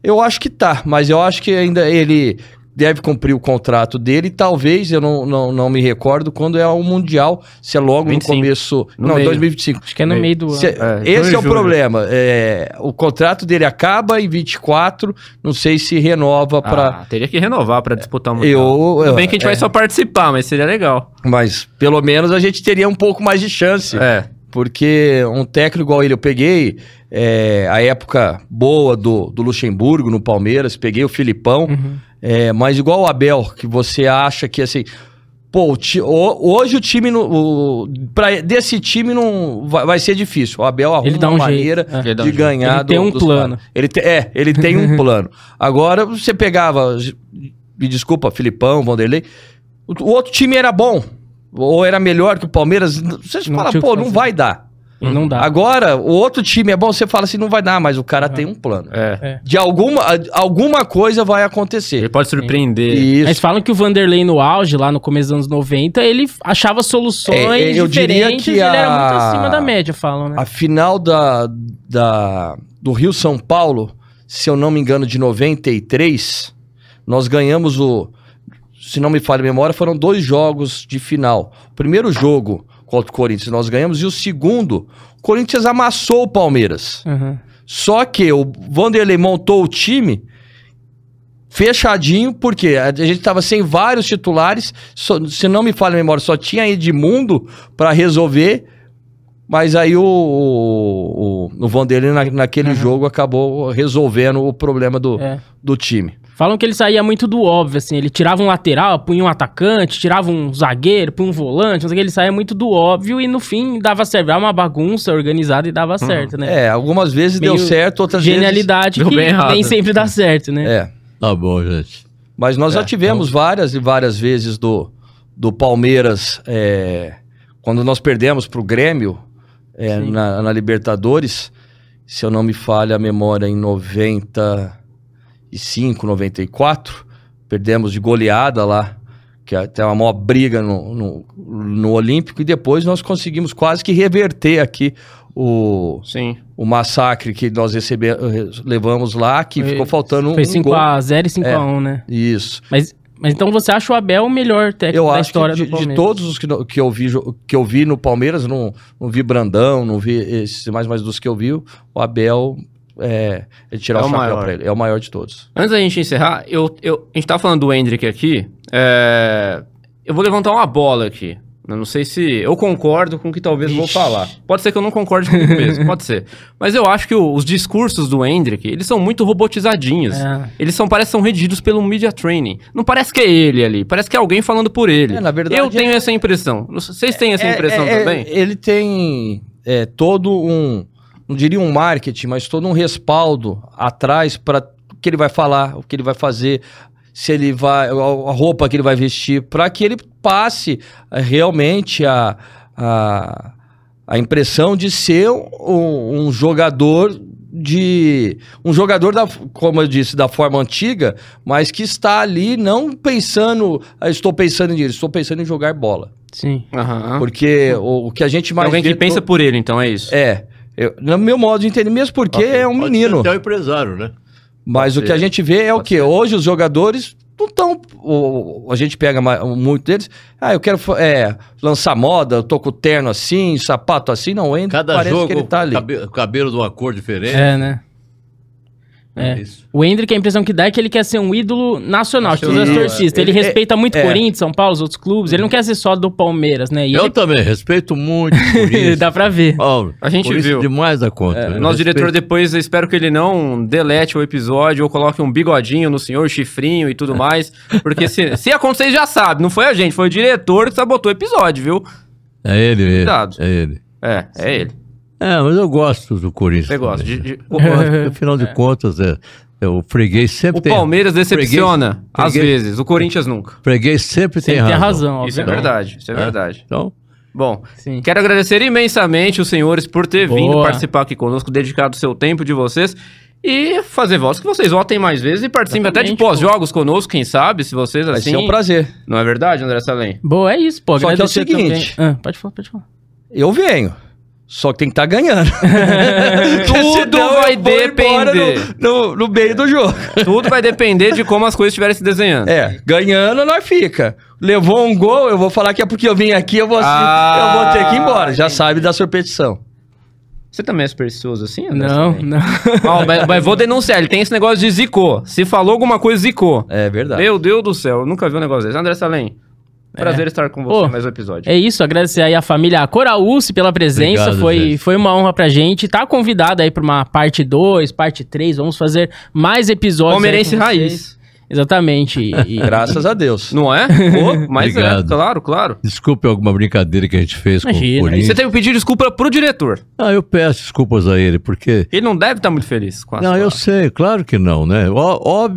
[SPEAKER 4] Eu acho que tá, mas eu acho que ainda ele deve cumprir o contrato dele. Talvez, eu não, não, não me recordo quando é o Mundial, se é logo
[SPEAKER 1] 25,
[SPEAKER 4] no começo...
[SPEAKER 1] no
[SPEAKER 4] não,
[SPEAKER 1] meio.
[SPEAKER 4] 2025.
[SPEAKER 2] Acho que é no
[SPEAKER 1] Meio.
[SPEAKER 2] meio do ano.
[SPEAKER 4] Se-
[SPEAKER 1] então é
[SPEAKER 4] esse é o
[SPEAKER 1] julho.
[SPEAKER 4] problema. é, o contrato dele acaba em 24, não sei se renova para...
[SPEAKER 1] Ah, teria que renovar pra disputar o Mundial.
[SPEAKER 4] eu,
[SPEAKER 1] Tudo bem que a gente vai
[SPEAKER 4] é,
[SPEAKER 1] só participar, mas seria legal.
[SPEAKER 4] Mas pelo menos a gente teria um pouco mais de chance.
[SPEAKER 1] É.
[SPEAKER 4] Porque um técnico igual ele, eu peguei é, a época boa do, do Luxemburgo no Palmeiras, peguei o Filipão,
[SPEAKER 2] Uhum.
[SPEAKER 4] é, mas igual o Abel, que você acha que assim. Pô, o ti- ho- hoje o time. não- o, pra, desse time não vai, vai ser difícil. O Abel arruma
[SPEAKER 2] Ele dá um
[SPEAKER 4] uma
[SPEAKER 2] jeito,
[SPEAKER 4] maneira
[SPEAKER 2] é.
[SPEAKER 1] Ele dá um
[SPEAKER 4] de
[SPEAKER 1] jeito.
[SPEAKER 4] ganhar.
[SPEAKER 2] Ele tem um
[SPEAKER 4] dos
[SPEAKER 2] plano.
[SPEAKER 4] caras. Ele te- é, ele tem um plano. Agora, você pegava. Me desculpa, Filipão, Vanderlei. O, o outro time era bom. Ou era melhor que o Palmeiras. Você
[SPEAKER 2] Não tinha o
[SPEAKER 4] fala,
[SPEAKER 2] que
[SPEAKER 4] pô, não
[SPEAKER 2] fazer.
[SPEAKER 4] vai dar.
[SPEAKER 2] Não dá.
[SPEAKER 4] Agora, o outro time é bom, você fala assim, não vai dar, mas o cara tem um plano.
[SPEAKER 1] É.
[SPEAKER 4] De alguma, alguma coisa vai acontecer.
[SPEAKER 1] Ele pode surpreender.
[SPEAKER 4] Isso.
[SPEAKER 2] Mas falam que o Vanderlei no auge, lá no começo dos anos 90, ele achava soluções
[SPEAKER 4] É, é, eu diria
[SPEAKER 2] diferentes
[SPEAKER 4] que
[SPEAKER 2] e ele era muito
[SPEAKER 4] a-
[SPEAKER 2] acima da média, falam, né?
[SPEAKER 4] A final da, da, do Rio São Paulo, se eu não me engano, de 93, nós ganhamos o. Se não me falha a memória, foram dois jogos de final. O primeiro jogo contra o Corinthians nós ganhamos, e o segundo, o Corinthians amassou o Palmeiras.
[SPEAKER 2] Aham.
[SPEAKER 4] Só que o Vanderlei montou o time fechadinho, porque a gente tava sem vários titulares, só- se não me falha a memória, só tinha Edmundo para resolver, mas aí o, o, o- o Vanderlei na- naquele jogo acabou resolvendo o problema do,
[SPEAKER 2] É.
[SPEAKER 4] do time.
[SPEAKER 2] Falam que ele saía muito do óbvio, assim. Ele tirava um lateral, punha um atacante, tirava um zagueiro, punha um volante, não sei o que. Ele saía muito do óbvio e no fim dava certo. Era uma bagunça organizada e dava certo, né?
[SPEAKER 4] É, algumas vezes
[SPEAKER 2] Meio
[SPEAKER 4] deu certo, outras
[SPEAKER 2] Genialidade
[SPEAKER 1] Deu
[SPEAKER 2] que
[SPEAKER 1] bem errado.
[SPEAKER 2] nem sempre dá certo, né?
[SPEAKER 4] vezes... É.
[SPEAKER 3] Tá bom, gente.
[SPEAKER 4] Mas nós
[SPEAKER 2] É,
[SPEAKER 4] já tivemos
[SPEAKER 2] então.
[SPEAKER 4] várias e várias vezes do, do Palmeiras, é, quando nós perdemos para o Grêmio é,
[SPEAKER 2] Sim.
[SPEAKER 4] na, na Libertadores, se eu não me falha a memória, em 95, 94, perdemos de goleada lá, que até uma maior briga no, no, no Olímpico, e depois nós conseguimos quase que reverter aqui o,
[SPEAKER 1] Sim.
[SPEAKER 4] o massacre que nós recebe, eh, levamos lá, que
[SPEAKER 2] Foi-
[SPEAKER 4] ficou faltando
[SPEAKER 2] Foi
[SPEAKER 4] um gol.
[SPEAKER 2] 5x0 e 5x1, né?
[SPEAKER 4] Isso.
[SPEAKER 2] Mas, mas então você acha o Abel o melhor técnico
[SPEAKER 4] Eu
[SPEAKER 2] da
[SPEAKER 4] acho
[SPEAKER 2] história
[SPEAKER 4] que de,
[SPEAKER 2] do Palmeiras?
[SPEAKER 4] de todos os que, no- que, eu vi, jo- que eu vi no Palmeiras, não, não vi Brandão, não vi esses mais, mas dos que eu vi, o Abel é, é de tirar
[SPEAKER 1] É
[SPEAKER 4] o,
[SPEAKER 1] o
[SPEAKER 4] chapéu
[SPEAKER 1] maior.
[SPEAKER 4] pra ele. É o maior de todos.
[SPEAKER 1] Antes da gente encerrar, eu, eu- a gente tá falando do Hendrick aqui. é, Eu vou levantar uma bola aqui. Eu não sei se. Eu concordo com o que talvez eu vou
[SPEAKER 2] Ixi.
[SPEAKER 1] falar. Pode ser que eu não concorde comigo mesmo, pode ser. Mas eu acho que o- os discursos do Hendrick, eles são muito robotizadinhos.
[SPEAKER 2] É.
[SPEAKER 1] Eles são, parece que são redigidos pelo media training. Não parece que é ele ali, parece que é alguém falando por ele.
[SPEAKER 4] É, na verdade,
[SPEAKER 1] Eu tenho essa impressão. Não sei- Vocês têm essa
[SPEAKER 4] É,
[SPEAKER 1] impressão
[SPEAKER 4] é, é,
[SPEAKER 1] também?
[SPEAKER 4] ele tem é, todo um, não diria um marketing, mas todo um respaldo atrás para o que ele vai falar, o que ele vai fazer, se ele vai, a a roupa que ele vai vestir, para que ele passe eh, realmente a, a, a impressão de ser um, um jogador de um jogador da como eu disse da forma antiga mas que está ali não pensando "Ah, estou pensando em dinheiro estou pensando em jogar bola
[SPEAKER 2] Sim.
[SPEAKER 1] Aham.
[SPEAKER 4] porque o, o que a gente
[SPEAKER 1] É
[SPEAKER 4] é, mais.
[SPEAKER 1] alguém
[SPEAKER 4] vê
[SPEAKER 1] que pensa
[SPEAKER 4] to-
[SPEAKER 1] por ele, então, é isso.
[SPEAKER 4] É. eu- no meu modo de entender, mesmo porque é um
[SPEAKER 3] Pode
[SPEAKER 4] menino.
[SPEAKER 3] ser até o empresário, né?
[SPEAKER 4] Mas o
[SPEAKER 3] ser.
[SPEAKER 4] que a gente vê é o quê? Hoje os jogadores não estão. A gente pega ma- muito deles. Ah, eu quero fa- é, lançar moda, eu tô com terno assim, sapato assim, não entra.
[SPEAKER 3] Cada
[SPEAKER 4] parece
[SPEAKER 3] jogo,
[SPEAKER 4] que ele tá ali.
[SPEAKER 3] Cabelo, cabelo de uma cor diferente.
[SPEAKER 2] É, né? É.
[SPEAKER 3] Isso.
[SPEAKER 2] O Hendrick, a impressão que dá é que ele quer ser um ídolo nacional, tipo, de todas as
[SPEAKER 4] Nacional,
[SPEAKER 2] torcidas.
[SPEAKER 4] é.
[SPEAKER 2] Ele,
[SPEAKER 4] Ele-
[SPEAKER 2] respeita muito
[SPEAKER 4] é.
[SPEAKER 2] Corinthians, São Paulo, os outros clubes. Ele não quer ser só do Palmeiras, né? E
[SPEAKER 3] Eu
[SPEAKER 2] ele-
[SPEAKER 3] também respeito muito por isso.
[SPEAKER 2] Dá pra ver.
[SPEAKER 3] Paulo,
[SPEAKER 1] A gente
[SPEAKER 3] por isso
[SPEAKER 1] viu.
[SPEAKER 3] demais da conta. né? Eu
[SPEAKER 1] É, Nosso
[SPEAKER 3] respeito.
[SPEAKER 1] diretor depois, eu espero que ele não delete o episódio ou coloque um bigodinho no senhor, chifrinho e tudo mais. Porque se, se acontecer, vocês já sabem. Não foi a gente, foi o diretor que sabotou o episódio, viu?
[SPEAKER 3] É ele mesmo.
[SPEAKER 1] Cuidado.
[SPEAKER 3] É ele.
[SPEAKER 1] É, é ele.
[SPEAKER 3] É, mas eu gosto do Corinthians.
[SPEAKER 1] Você gosta.
[SPEAKER 3] também,
[SPEAKER 1] de-
[SPEAKER 3] né?
[SPEAKER 1] de-
[SPEAKER 3] Eu
[SPEAKER 1] o,
[SPEAKER 3] gosto, porque, afinal de contas, é, é, o freguês sempre
[SPEAKER 1] o
[SPEAKER 3] tem.
[SPEAKER 1] Palmeiras decepciona,
[SPEAKER 3] Freguês-
[SPEAKER 1] às
[SPEAKER 3] freguês-
[SPEAKER 1] vezes. O Corinthians nunca.
[SPEAKER 3] Freguês sempre,
[SPEAKER 2] Sempre tem razão,
[SPEAKER 1] Isso é
[SPEAKER 2] obviamente.
[SPEAKER 1] verdade, isso é
[SPEAKER 3] É.
[SPEAKER 1] verdade.
[SPEAKER 3] Então,
[SPEAKER 1] Bom,
[SPEAKER 2] Sim.
[SPEAKER 1] Quero agradecer imensamente os senhores por ter
[SPEAKER 2] Boa.
[SPEAKER 1] vindo participar aqui conosco, dedicado o seu tempo de vocês e fazer votos que vocês votem mais vezes e participem até de
[SPEAKER 2] Exatamente, pô.
[SPEAKER 1] pós-jogos conosco, quem sabe, se vocês
[SPEAKER 4] Vai
[SPEAKER 1] assim.
[SPEAKER 4] ser um prazer.
[SPEAKER 1] Não é verdade, André Salem?
[SPEAKER 2] Boa, é isso, pô.
[SPEAKER 4] Só que é o
[SPEAKER 2] Agradecer
[SPEAKER 4] seguinte.
[SPEAKER 2] também. Ah, pode falar, pode falar.
[SPEAKER 4] Eu venho. Só que tem que estar ganhando.
[SPEAKER 1] Tudo
[SPEAKER 4] Senão eu
[SPEAKER 1] vai
[SPEAKER 4] vou embora
[SPEAKER 1] depender.
[SPEAKER 4] No, no, no meio do jogo.
[SPEAKER 1] Tudo vai depender de como as coisas estiverem se desenhando.
[SPEAKER 4] É, ganhando nós fica. Levou um gol, eu vou falar que é porque eu vim aqui, eu vou, assim,
[SPEAKER 1] Ah,
[SPEAKER 4] eu vou ter que ir embora. Já sabe da superstição.
[SPEAKER 1] Você também é supersticioso assim, André
[SPEAKER 2] Não,
[SPEAKER 1] Salem?
[SPEAKER 2] não.
[SPEAKER 1] Ó, mas, mas vou denunciar, ele tem esse negócio de zicou. Se falou alguma coisa, zicou.
[SPEAKER 4] É verdade.
[SPEAKER 1] Meu Deus do céu, eu nunca vi um negócio desse. André Salem, prazer estar com você
[SPEAKER 2] Ô,
[SPEAKER 1] em mais um episódio.
[SPEAKER 2] É isso, agradecer aí a família Coraúce pela presença,
[SPEAKER 3] Obrigado,
[SPEAKER 2] foi,
[SPEAKER 3] gente.
[SPEAKER 2] foi uma honra pra gente. Tá convidado aí pra uma parte 2, parte 3, vamos fazer mais episódios. aí
[SPEAKER 1] Palmeirense
[SPEAKER 2] com vocês.
[SPEAKER 1] raiz.
[SPEAKER 2] Exatamente. E, e-
[SPEAKER 4] Graças a Deus.
[SPEAKER 1] Não é? Ô, mas é,
[SPEAKER 3] Obrigado.
[SPEAKER 1] claro, claro.
[SPEAKER 3] desculpe alguma brincadeira que a gente fez
[SPEAKER 2] Imagina, tá-
[SPEAKER 3] com o
[SPEAKER 1] E
[SPEAKER 3] Corinthians.
[SPEAKER 1] Você teve que pedir desculpa pro diretor.
[SPEAKER 3] Ah, eu peço desculpas a ele, porque
[SPEAKER 1] Ele não deve estar muito feliz com a
[SPEAKER 3] Não,
[SPEAKER 1] sua-
[SPEAKER 3] eu sei, claro que não, né? Ó-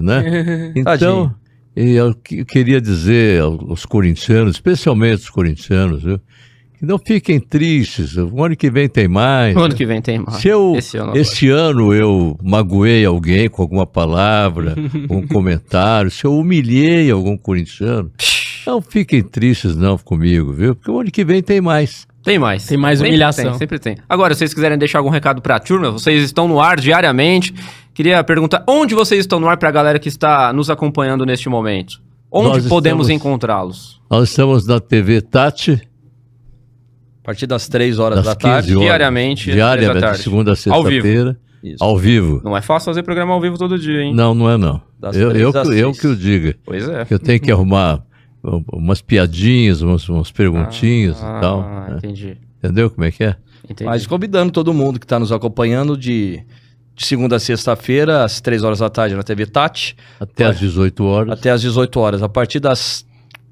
[SPEAKER 3] né? Então,
[SPEAKER 4] Tadinho.
[SPEAKER 3] e eu que- queria dizer aos aos corintianos, especialmente os corintianos, viu? que não fiquem tristes. O ano que vem tem mais.
[SPEAKER 1] No ano que vem tem mais.
[SPEAKER 3] Se eu,
[SPEAKER 1] Ah, Esse ano agora.
[SPEAKER 3] este ano eu magoei alguém com alguma palavra, com um comentário, se eu humilhei algum corintiano, não fiquem tristes não comigo, viu? Porque o ano que vem tem mais.
[SPEAKER 1] Tem mais.
[SPEAKER 2] Tem mais
[SPEAKER 1] Sempre
[SPEAKER 2] humilhação.
[SPEAKER 1] tem, sempre tem. Agora, se vocês quiserem deixar algum recado pra turma, vocês estão no ar diariamente. Queria perguntar onde vocês estão no ar pra galera que está nos acompanhando neste momento. Onde
[SPEAKER 3] Nós
[SPEAKER 1] podemos
[SPEAKER 3] estamos-
[SPEAKER 1] encontrá-los?
[SPEAKER 3] Nós estamos na TV Tati,
[SPEAKER 4] A partir das 3 horas
[SPEAKER 3] das
[SPEAKER 4] da
[SPEAKER 3] 15
[SPEAKER 4] tarde.
[SPEAKER 3] horas.
[SPEAKER 1] Diariamente, às três da
[SPEAKER 3] Diariamente,
[SPEAKER 1] tarde.
[SPEAKER 3] de segunda a
[SPEAKER 1] Ao vivo.
[SPEAKER 3] sexta-feira,
[SPEAKER 4] Isso.
[SPEAKER 3] ao vivo.
[SPEAKER 1] Não é fácil fazer programa ao vivo todo dia, hein?
[SPEAKER 3] Não, não é não.
[SPEAKER 4] Das
[SPEAKER 3] Eu,
[SPEAKER 4] três
[SPEAKER 3] eu,
[SPEAKER 4] às
[SPEAKER 3] que- eu
[SPEAKER 4] seis.
[SPEAKER 3] que o diga.
[SPEAKER 1] Pois é.
[SPEAKER 3] Eu tenho que arrumar um- umas piadinhas, umas, umas perguntinhas e tal.
[SPEAKER 1] Ah,
[SPEAKER 3] né?
[SPEAKER 1] entendi.
[SPEAKER 3] Entendeu como é que é?
[SPEAKER 1] Entendi.
[SPEAKER 4] Mas convidando todo mundo que está nos acompanhando de, de segunda a sexta-feira, às 3 horas da tarde na TV Tati,
[SPEAKER 3] Até às 18 horas.
[SPEAKER 4] até às 18 horas. A partir das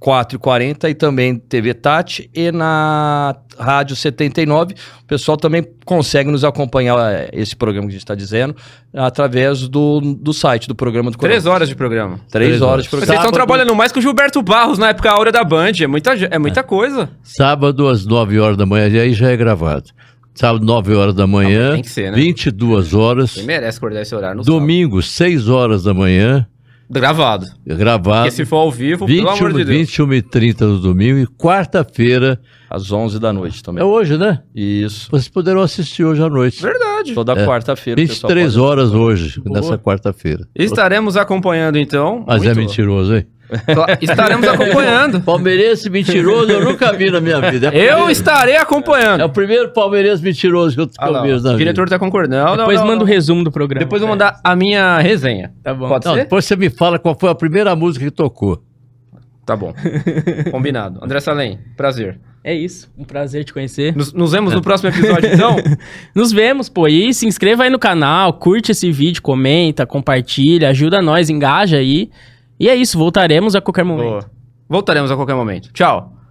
[SPEAKER 4] 4h40 e também TV Tati e na Rádio 79. O pessoal também consegue nos acompanhar, é, esse programa que a gente está dizendo, através do, do site do programa do
[SPEAKER 1] Três
[SPEAKER 4] Corinthians.
[SPEAKER 1] horas de programa.
[SPEAKER 4] Três horas de
[SPEAKER 1] Vocês
[SPEAKER 4] programa.
[SPEAKER 1] estão trabalhando mais que o Gilberto Barros na época Áurea da Band. É muita, ge- é muita coisa.
[SPEAKER 3] Sábado às 9 horas da manhã, e aí já é gravado. Sábado, 9 horas da
[SPEAKER 1] Ah,
[SPEAKER 3] manhã,
[SPEAKER 1] mas tem que ser, né?
[SPEAKER 3] 22 horas.
[SPEAKER 1] Quem merece acordar esse horário? no
[SPEAKER 3] Domingo, 6 horas da manhã,
[SPEAKER 1] sábado. Gravado.
[SPEAKER 3] gravado.
[SPEAKER 1] Porque se for ao vivo, pelo
[SPEAKER 3] 21,
[SPEAKER 1] amor de Deus.
[SPEAKER 3] 21 e 30 no domingo e quarta-feira.
[SPEAKER 4] Às 11 da noite também.
[SPEAKER 3] É hoje, né?
[SPEAKER 4] Isso.
[SPEAKER 3] Vocês poderão assistir hoje à noite.
[SPEAKER 1] Verdade.
[SPEAKER 4] Toda quarta-feira. o pessoal
[SPEAKER 3] 23 horas hoje,
[SPEAKER 1] Boa.
[SPEAKER 3] nessa quarta-feira.
[SPEAKER 1] Estaremos acompanhando, então.
[SPEAKER 3] Mas é
[SPEAKER 1] muito-
[SPEAKER 3] mentiroso, hein?
[SPEAKER 1] Cla- Estaremos acompanhando.
[SPEAKER 3] Palmeirense mentiroso eu nunca vi na minha vida. É o
[SPEAKER 1] Eu
[SPEAKER 3] primeiro-
[SPEAKER 1] estarei
[SPEAKER 3] É o
[SPEAKER 1] acompanhando.
[SPEAKER 3] primeiro palmeirense mentiroso que eu, que
[SPEAKER 1] Ah,
[SPEAKER 3] eu
[SPEAKER 1] lá,
[SPEAKER 3] vejo na
[SPEAKER 1] o
[SPEAKER 3] vida.
[SPEAKER 1] diretor tá concordando. Não, não,
[SPEAKER 2] Depois
[SPEAKER 1] não,
[SPEAKER 2] manda o
[SPEAKER 1] não.
[SPEAKER 2] resumo do programa.
[SPEAKER 1] Depois eu vou mandar a minha resenha.
[SPEAKER 2] Tá bom.
[SPEAKER 1] Pode
[SPEAKER 3] Não,
[SPEAKER 1] ser?
[SPEAKER 3] depois você me fala qual foi a primeira música que tocou.
[SPEAKER 1] Tá bom. Combinado. André Salem, prazer.
[SPEAKER 2] É isso. Um prazer te conhecer.
[SPEAKER 1] Nos, nos vemos no próximo episódio, então.
[SPEAKER 2] Nos vemos, pô. E se inscreva aí no canal, curte esse vídeo, comenta, compartilha, ajuda nós, engaja aí. E é isso, voltaremos a qualquer momento.
[SPEAKER 1] Boa. Voltaremos a qualquer momento. Tchau.